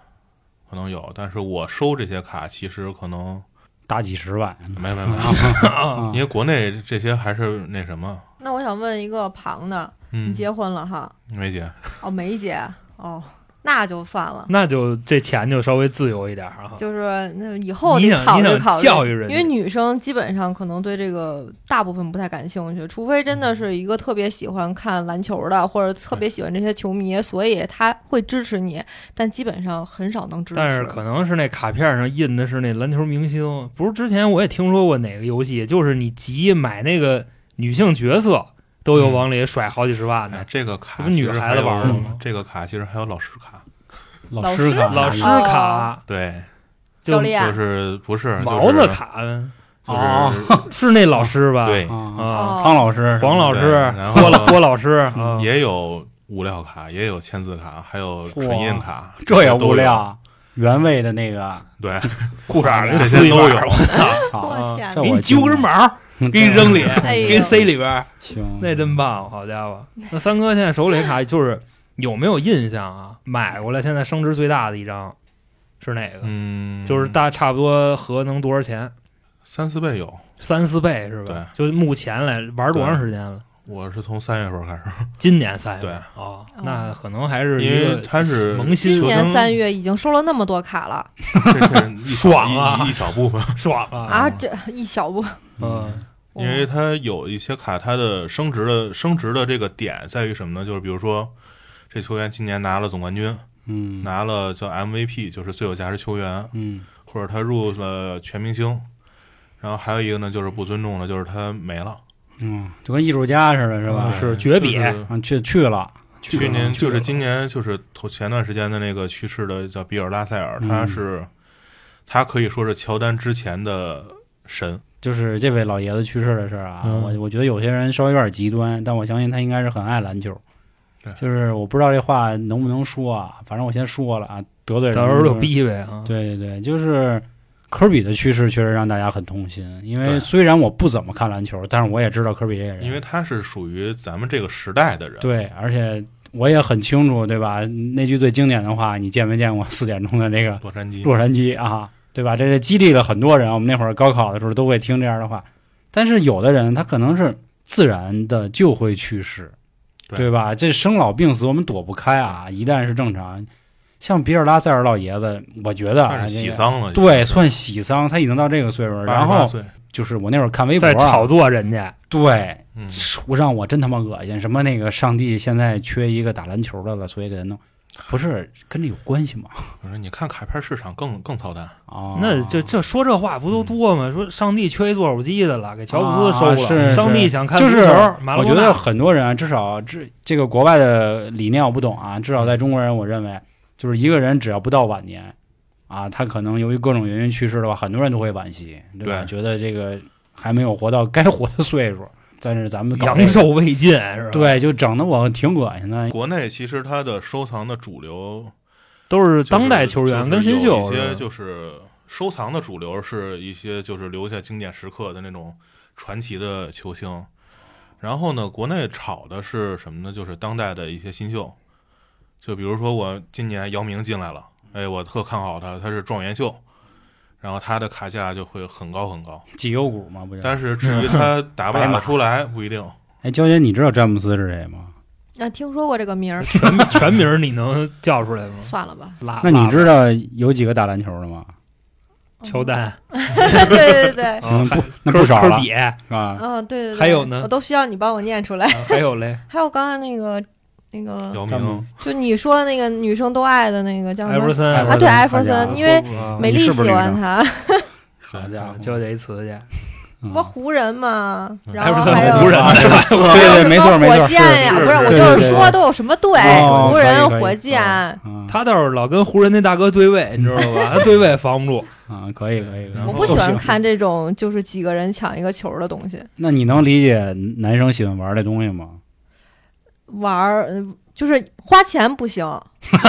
Speaker 5: 可能有。但是我收这些卡，其实可能
Speaker 2: 大几十万，
Speaker 5: 没 没没，
Speaker 2: 啊
Speaker 5: 因为国内这些还是那什么，
Speaker 4: 那我想问一个旁的，你
Speaker 5: 嗯，
Speaker 4: 结婚了哈？
Speaker 5: 梅姐，
Speaker 4: 哦，没结哦，那就算了。
Speaker 3: 那就这钱就稍微自由一点儿啊。
Speaker 4: 就是那以后
Speaker 3: 你
Speaker 4: 得
Speaker 3: 想
Speaker 4: 考
Speaker 3: 你
Speaker 4: 虑
Speaker 3: 想
Speaker 4: 考虑，
Speaker 3: 教育人
Speaker 4: 因
Speaker 3: 家
Speaker 4: 为女生基本上可能对这个大部分不太感兴趣，除非真的是一个特别喜欢看篮球的，或者特别喜欢这些球迷，所以他会支持你，但基本上很少能支持。
Speaker 3: 但是可能是那卡片上印的是那篮球明星，不是？之前我也听说过哪个游戏，就是你急买那个女性角色，都
Speaker 4: 嗯
Speaker 3: 有往里甩好几十万
Speaker 5: 哎，
Speaker 3: 的。
Speaker 5: 这个
Speaker 3: 这嗯
Speaker 5: 卡
Speaker 3: 不女
Speaker 5: 其实
Speaker 3: 孩
Speaker 5: 还
Speaker 3: 子
Speaker 5: 有
Speaker 3: 玩的吗
Speaker 5: 这个卡其实还有老师卡，
Speaker 2: 老师看
Speaker 3: 老师啊卡、
Speaker 5: 对，
Speaker 3: 就
Speaker 4: 哦教练
Speaker 5: 就、是不是
Speaker 3: 毛
Speaker 5: 就
Speaker 3: 子
Speaker 5: 是
Speaker 3: 卡哦
Speaker 5: 就是
Speaker 3: 是那老师吧？
Speaker 5: 对，
Speaker 2: 啊，
Speaker 4: 哦
Speaker 3: 啊，
Speaker 2: 苍老师，
Speaker 3: 黄老
Speaker 5: 对
Speaker 3: 师、
Speaker 5: 然后
Speaker 3: 郭老郭老师啊，
Speaker 5: 也有物料卡，也有签字卡，还有
Speaker 2: 嚯
Speaker 5: 唇印卡，
Speaker 2: 这也
Speaker 5: 些都
Speaker 2: 无
Speaker 5: 有。
Speaker 2: 聊，原味的那个，啊
Speaker 5: 对，
Speaker 3: 裤衩里
Speaker 5: 这些
Speaker 3: 撕一
Speaker 5: 都
Speaker 3: 把
Speaker 5: 有
Speaker 3: 我
Speaker 2: 操，
Speaker 4: 我天
Speaker 2: 这
Speaker 3: 给
Speaker 2: 我
Speaker 3: 你揪根毛，给你扔里，
Speaker 4: 哎呦
Speaker 3: 给你塞里边儿。
Speaker 2: 行，
Speaker 3: 那真棒，好家伙！那三哥现在手里卡就是有没有印象啊？买过来现在升值最大的一张是哪个？
Speaker 5: 嗯，
Speaker 3: 就是大差不多合能多少钱？
Speaker 5: 三四倍有。
Speaker 3: 三四倍是吧？就目前来玩多长时间了？
Speaker 5: 我是从三月份开始，
Speaker 3: 今年三月
Speaker 5: 对
Speaker 3: 哦，那可能还是一
Speaker 5: 因
Speaker 3: 个
Speaker 5: 为它是
Speaker 3: 萌新
Speaker 4: 今
Speaker 5: 求
Speaker 4: 年
Speaker 5: 生
Speaker 4: 三月已经收了那么多卡了
Speaker 5: 这是一小
Speaker 3: 爽啊
Speaker 5: 一一一小部分，
Speaker 3: 爽
Speaker 4: 啊，
Speaker 3: 啊！
Speaker 4: 这一小步，
Speaker 3: 嗯
Speaker 5: 因为它有一些卡，它的升值的升值的这个点在于什么呢？就是比如说，这球员今年拿了总冠军，
Speaker 2: 嗯
Speaker 5: 拿了叫 MVP，就是最有价值球员，
Speaker 2: 嗯
Speaker 5: 或者他入了全明星。然后还有一个呢，就是不尊重的，就是他没了，
Speaker 2: 嗯，就跟艺术家似的，是吧？
Speaker 3: 是绝笔
Speaker 5: 就是
Speaker 2: 嗯，去去了，去
Speaker 5: 去
Speaker 2: 了
Speaker 5: 年
Speaker 2: 去
Speaker 5: 就
Speaker 2: 了
Speaker 5: 是今年就是头前段时间的那个去世的叫比尔拉塞尔，
Speaker 2: 嗯
Speaker 5: 他是他可以说是乔丹之前的神，
Speaker 2: 就是这位老爷子去世的事儿啊，
Speaker 3: 嗯
Speaker 2: 我我觉得有些人稍微有点极端，但我相信他应该是很爱篮球
Speaker 5: 对。
Speaker 2: 就是我不知道这话能不能说啊，反正我先说了啊，得罪人
Speaker 3: 到时候
Speaker 2: 就
Speaker 3: 就是逼呗啊！
Speaker 2: 对对对，就是科比的去世确实让大家很痛心，因为
Speaker 5: 对
Speaker 2: 虽然我不怎么看篮球，但是我也知道科比这个人，
Speaker 5: 因为他是属于咱们这个时代的人。
Speaker 2: 对，而且我也很清楚，对吧？那句最经典的话，你见没见过四点钟的那个
Speaker 5: 洛杉矶，
Speaker 2: 洛杉矶啊，对吧？这是激励了很多人。我们那会儿高考的时候都会听这样的话，但是有的人他可能是自然的就会去世，
Speaker 5: 对
Speaker 2: 对吧？这生老病死我们躲不开啊，一旦是正常，像比尔拉塞尔老爷子，我觉得啊
Speaker 5: 算是喜
Speaker 2: 这个
Speaker 5: 丧了，
Speaker 2: 对，算喜丧，他已经到这个岁数了。然
Speaker 5: 88
Speaker 2: 后
Speaker 5: 岁
Speaker 2: 就是我那会儿看微博、
Speaker 3: 在
Speaker 2: 啊，
Speaker 3: 炒作人家，
Speaker 2: 对，
Speaker 5: 嗯，
Speaker 2: 让我真他妈恶心！什么那个上帝现在缺一个打篮球的了，所以给他弄。不是跟这有关系吗？
Speaker 5: 我说你看卡片市场更更操蛋，
Speaker 2: 啊，
Speaker 3: 那就这说这话不都多吗？说上帝缺一做手机的了，给乔布斯收
Speaker 2: 啊是
Speaker 3: 了。上帝
Speaker 2: 是
Speaker 3: 想看
Speaker 2: 就
Speaker 3: 足
Speaker 2: 是
Speaker 3: 球，马拉
Speaker 2: 我
Speaker 3: 多
Speaker 2: 觉
Speaker 3: 纳
Speaker 2: 得很多人啊，至少这这个国外的理念我不懂啊，至少在中国人，我认为就是一个人只要不到晚年啊，他可能由于各种原因去世的话，很多人都会惋惜，对吧？
Speaker 5: 对
Speaker 2: 觉得这个还没有活到该活的岁数， 但是咱们搞这个
Speaker 3: 嗯阳寿未尽是吧？，
Speaker 2: 对，就整的我挺恶心的。
Speaker 5: 国内其实它的收藏的主流
Speaker 3: 都是
Speaker 5: 就是
Speaker 3: 当代球员跟新秀
Speaker 5: 就是有一
Speaker 3: 是吧
Speaker 5: 些就是收藏的主流是一些就是留下经典时刻的那种传奇的球星，然后呢，国内炒的是什么呢？就是当代的一些新秀，就比如说我今年姚明进来了，哎，我特看好他，他是状元秀。然后他的卡价就会很高很高，
Speaker 2: 绩优股嘛，不是？
Speaker 5: 但是至于他打不打得出来不一定。
Speaker 2: 哎，娇姐，你知道詹姆斯是谁吗？
Speaker 4: 啊，听说过这个 名儿，？
Speaker 3: 全全名儿你能叫出来吗
Speaker 4: 算了吧。
Speaker 3: 拉
Speaker 2: 那你知道有几个打篮球的吗？
Speaker 3: 乔丹、
Speaker 4: 嗯 对对 对，
Speaker 2: 行，
Speaker 3: 啊还
Speaker 2: 不，那不少
Speaker 3: 科
Speaker 2: 了啊
Speaker 3: 科比，
Speaker 2: 是吧？
Speaker 4: 嗯，对对对，
Speaker 3: 还有呢
Speaker 4: 我都需要你帮我念出来。
Speaker 3: 啊还有嘞，
Speaker 4: 还有刚才那个那
Speaker 3: 嗯
Speaker 4: 个，
Speaker 5: 姚
Speaker 2: 詹姆
Speaker 5: 明
Speaker 4: 就你说那个女生都爱的那个叫
Speaker 3: 艾
Speaker 4: 什
Speaker 3: 弗
Speaker 4: 么？
Speaker 3: 森
Speaker 2: 艾弗
Speaker 4: 啊，对，艾弗
Speaker 2: 好家
Speaker 4: 森
Speaker 2: 伙，
Speaker 4: 因为
Speaker 3: 啊
Speaker 4: 美
Speaker 2: 哎你
Speaker 4: 丽
Speaker 2: 是不是
Speaker 4: 喜欢
Speaker 2: 绿
Speaker 4: 他，
Speaker 2: 好家伙，
Speaker 3: 交这一词去，
Speaker 2: 嗯
Speaker 4: 什么湖人嘛，
Speaker 5: 嗯
Speaker 4: 然
Speaker 3: 艾
Speaker 4: 后
Speaker 3: 弗森
Speaker 4: 还有
Speaker 3: 湖人是吧？
Speaker 2: 对对，没错没
Speaker 4: 还有什
Speaker 2: 错，
Speaker 4: 么火箭呀，
Speaker 5: 是
Speaker 4: 不是，我
Speaker 2: 对
Speaker 4: 就
Speaker 2: 对对
Speaker 4: 是说都有什么队，
Speaker 2: 哦
Speaker 4: 湖
Speaker 2: 可以
Speaker 4: 人、
Speaker 2: 可以
Speaker 4: 火箭，
Speaker 2: 嗯
Speaker 3: 他倒是老跟湖人那大哥对位，你知道吧？他对位防不 住，
Speaker 2: 啊，可以可以。可以
Speaker 5: 然后
Speaker 4: 我不喜欢
Speaker 5: 都行
Speaker 4: 看这种就是几个人抢一个球的东西，
Speaker 2: 那你能理解男生喜欢玩的东西吗？
Speaker 4: 玩儿呃就是花钱不行。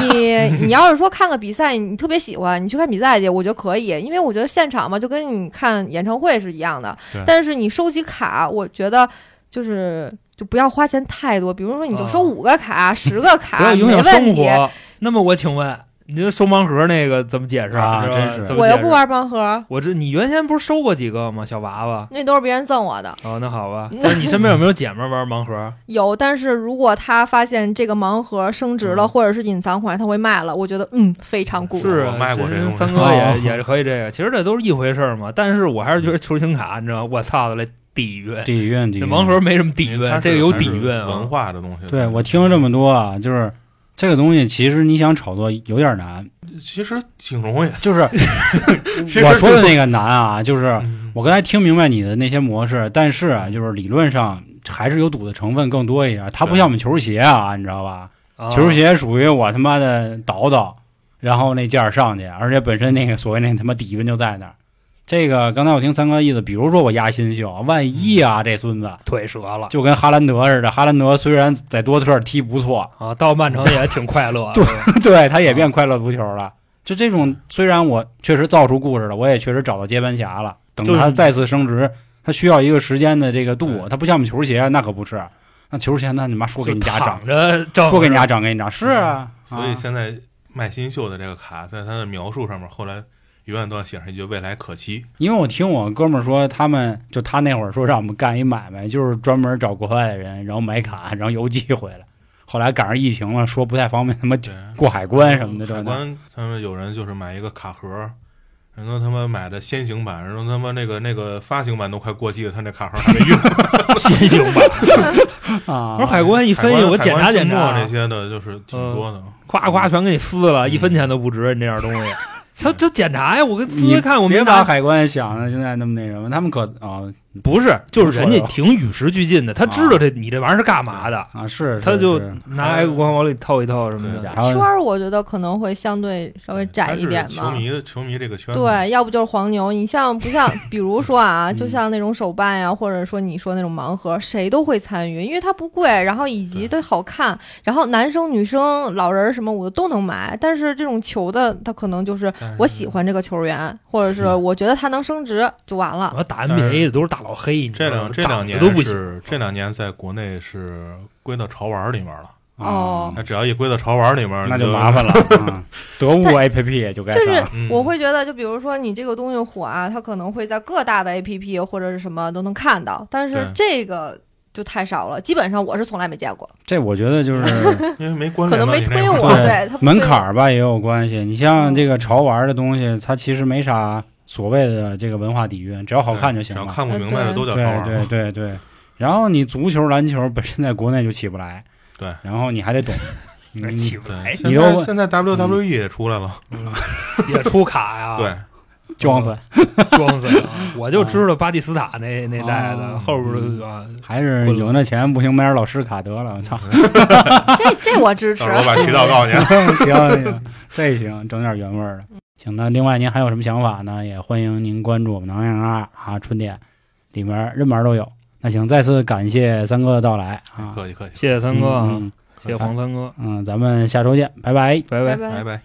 Speaker 4: 你 你要是说看个比赛，你特别喜欢，你去看比赛去，我觉得可以，因为我觉得现场嘛，就跟你看演唱会是一样的
Speaker 5: 对。
Speaker 4: 但是你收集卡，我觉得就是就不要花钱太多，比如说你就收
Speaker 3: 啊
Speaker 4: 五 个卡、十个
Speaker 3: 不
Speaker 4: 卡，
Speaker 3: 要
Speaker 4: 啊没
Speaker 3: 影响生
Speaker 4: 问题。
Speaker 3: 活。那么我请问，你这收盲盒那个怎么解释
Speaker 2: 啊
Speaker 3: 你知道
Speaker 2: 真
Speaker 3: 吧
Speaker 2: 是
Speaker 3: 怎么
Speaker 4: 我又
Speaker 3: 解
Speaker 4: 不
Speaker 3: 释。
Speaker 4: 玩盲盒，
Speaker 3: 我这你原先不是收过几个吗？小娃娃。
Speaker 4: 那都是别人赠我的。
Speaker 3: 哦，那好 吧。但是你身边有没有姐们儿玩盲盒？
Speaker 4: 有，但是如果他发现这个盲盒升值了，
Speaker 3: 嗯
Speaker 4: 或者是隐藏款，他会卖了。我觉得，嗯，非常鼓舞。
Speaker 3: 是啊
Speaker 5: 我卖过这
Speaker 3: 人
Speaker 5: 东西啊
Speaker 3: 三哥也、
Speaker 2: 哦
Speaker 3: 也是可以这个，其实这都是一回事儿嘛。但是我还是觉得球星卡，你知道，我操的嘞，底蕴。
Speaker 2: 底蕴底
Speaker 3: 这
Speaker 2: 蕴。
Speaker 3: 盲盒没什么底蕴
Speaker 5: 因为嗯它，是
Speaker 3: 这个有
Speaker 5: 还是
Speaker 3: 底蕴
Speaker 5: 文
Speaker 3: 啊。
Speaker 5: 化的东西。
Speaker 2: 对我听了这么多啊，就是这个东西，其实你想炒作有点难。
Speaker 5: 其实挺容易，
Speaker 2: 就是
Speaker 5: 其实
Speaker 2: 我说的那个难啊，就是
Speaker 3: 嗯
Speaker 2: 我刚才听明白你的那些模式，但是啊，就是理论上还是有赌的成分更多一点。它不
Speaker 5: 对
Speaker 2: 像我们球鞋啊，你知道吧？
Speaker 3: 啊
Speaker 2: 球鞋属于我他妈的倒倒，然后那价儿上去，而且本身那个所谓那他妈底蕴就在那儿。这个刚才我听三哥意思，比如说我压新秀，万一啊这孙子
Speaker 3: 腿折了
Speaker 2: 就跟哈兰德似的，哈兰德虽然在多特踢不错，
Speaker 3: 啊，到曼城也挺快乐。
Speaker 2: 对
Speaker 3: 是吧
Speaker 2: 对他也变快乐足球了。就这种，虽然我确实造出故事了，我也确实找到接班侠了，等
Speaker 3: 就是
Speaker 2: 他再次升值，他需要一个时间的这个度，他不像我们球鞋，那可不是，那球鞋那你妈说给
Speaker 3: 就哦
Speaker 2: 你家长，
Speaker 3: 躺着挣，
Speaker 2: 说给你家长给你长，是啊，
Speaker 5: 嗯所以
Speaker 2: 啊
Speaker 5: 现在卖新秀的这个卡，在它的描述上面，后来永远都要写上一句“未来可期
Speaker 2: 因为我听我哥们儿说，他们就他那会儿说让我们干一买卖，就是专门找国外的人，然后买卡，然后邮寄回来。后来赶上疫情了，说不太方便，他妈”。
Speaker 5: 对，
Speaker 2: 过海关什么 的，这
Speaker 5: 海
Speaker 2: 那
Speaker 5: 关他们有人就是买一个卡盒，人都他妈买的先行版，人都他妈那个那个发行版都快过期了，他那卡盒还没用。
Speaker 3: 新型吧。我说
Speaker 2: 啊，
Speaker 3: 海关一分析，我
Speaker 5: 海
Speaker 3: 检
Speaker 5: 关
Speaker 3: 查嗯检
Speaker 5: 海关
Speaker 3: 查
Speaker 5: 清末这，些的，就是挺多的。
Speaker 3: 夸夸全给你撕了，
Speaker 5: 嗯
Speaker 3: 一分钱都不值，你这样东 西。他就检查呀，我跟
Speaker 2: 你
Speaker 3: 撕看我没
Speaker 2: 别把
Speaker 3: 拿。
Speaker 2: 海关想的现在那么那什么，他们可啊
Speaker 3: 不是，就是人家
Speaker 2: 不错
Speaker 3: 挺与时俱进的，他知道这你这玩意儿是干嘛的，
Speaker 2: 啊是，
Speaker 3: 他
Speaker 2: 是
Speaker 3: 就是拿 X 光往里套一套什么
Speaker 5: 对
Speaker 3: 的。
Speaker 2: 还
Speaker 4: 圈
Speaker 2: 有
Speaker 4: 儿我觉得可能会相对稍微窄一点
Speaker 5: 还是球
Speaker 4: 嘛。
Speaker 5: 迷嗯的球迷这个圈子，
Speaker 4: 对，要不就是黄牛。你像不像？比如说啊，
Speaker 2: 嗯
Speaker 4: 就像那种手办呀、或者说你说那种盲盒，谁都会参与，因为它不贵，然后以及它好看，然后男生、女生、老人儿什么我都能买。但是这种球的，它可能就是
Speaker 5: 但是
Speaker 4: 我喜欢这个球员，或者是
Speaker 2: 嗯
Speaker 4: 我觉得他能升值就完了。
Speaker 3: 我打 NBA 的都是大老黑，你知
Speaker 5: 这
Speaker 3: 道吗
Speaker 5: 两这两
Speaker 3: 长得
Speaker 5: 年
Speaker 3: 都不行。
Speaker 5: 是这两年在国内是归到潮玩里面了。
Speaker 2: 啊
Speaker 4: 哦，
Speaker 5: 那只要一归到潮玩里面，
Speaker 2: 那
Speaker 5: 你
Speaker 2: 就
Speaker 5: 就
Speaker 2: 麻烦了， 啊得物 A P P 就该
Speaker 4: 就是
Speaker 2: 上
Speaker 5: 嗯
Speaker 4: 我会觉得，就比如说你这个东西火啊，它可能会在各大的 APP 或者是什么都能看到，但是
Speaker 5: 对
Speaker 4: 这个就太少了，基本上我是从来没见过，
Speaker 2: 这我觉得就是
Speaker 5: 因为没关
Speaker 4: 可
Speaker 5: 联
Speaker 4: 能
Speaker 5: 嘛
Speaker 4: 没
Speaker 5: 你这
Speaker 4: 推
Speaker 5: 个
Speaker 4: 我，
Speaker 2: 对
Speaker 4: 对它不推
Speaker 2: 门
Speaker 4: 我
Speaker 2: 槛儿吧也有关系。你
Speaker 4: 嗯
Speaker 2: 像这个潮玩的东西，它其实没啥所谓的这个文化底蕴，只要好看就行
Speaker 5: 只要
Speaker 2: 了。
Speaker 5: 看不明白
Speaker 4: 嗯对
Speaker 5: 的都叫潮啊
Speaker 2: 对
Speaker 5: 玩。
Speaker 2: 对对对。然后你足球、篮球本身在国内就起不来，
Speaker 5: 对
Speaker 2: 然后你还得懂， 嗯
Speaker 3: 那
Speaker 2: 你
Speaker 3: 哎起不来，
Speaker 5: 现
Speaker 2: 你
Speaker 5: 在
Speaker 2: 又
Speaker 5: 现在 WWE 也出来了，
Speaker 3: 也出卡呀，
Speaker 5: 对，
Speaker 2: 装粉
Speaker 3: 装死 啊！我就知道巴蒂斯塔那那代的
Speaker 2: 啊
Speaker 3: 后边的啊，
Speaker 2: 还是有那钱不行，买点老施卡得了。我操，
Speaker 4: 这这我支持
Speaker 5: 到时。候我把渠道告 诉你。啊
Speaker 2: 行行，这行，整点原味儿的。行，那另外您还有什么想法呢？也欢迎您关注我们南洋二啊春点，里面任门都有。那行，再次感谢三哥的到来啊，
Speaker 5: 客气客气，
Speaker 3: 谢谢三哥啊，
Speaker 2: 嗯
Speaker 3: 谢谢黄三哥，
Speaker 2: 嗯，嗯咱们下周见，拜拜。
Speaker 3: 拜拜
Speaker 4: 拜。
Speaker 5: 拜拜。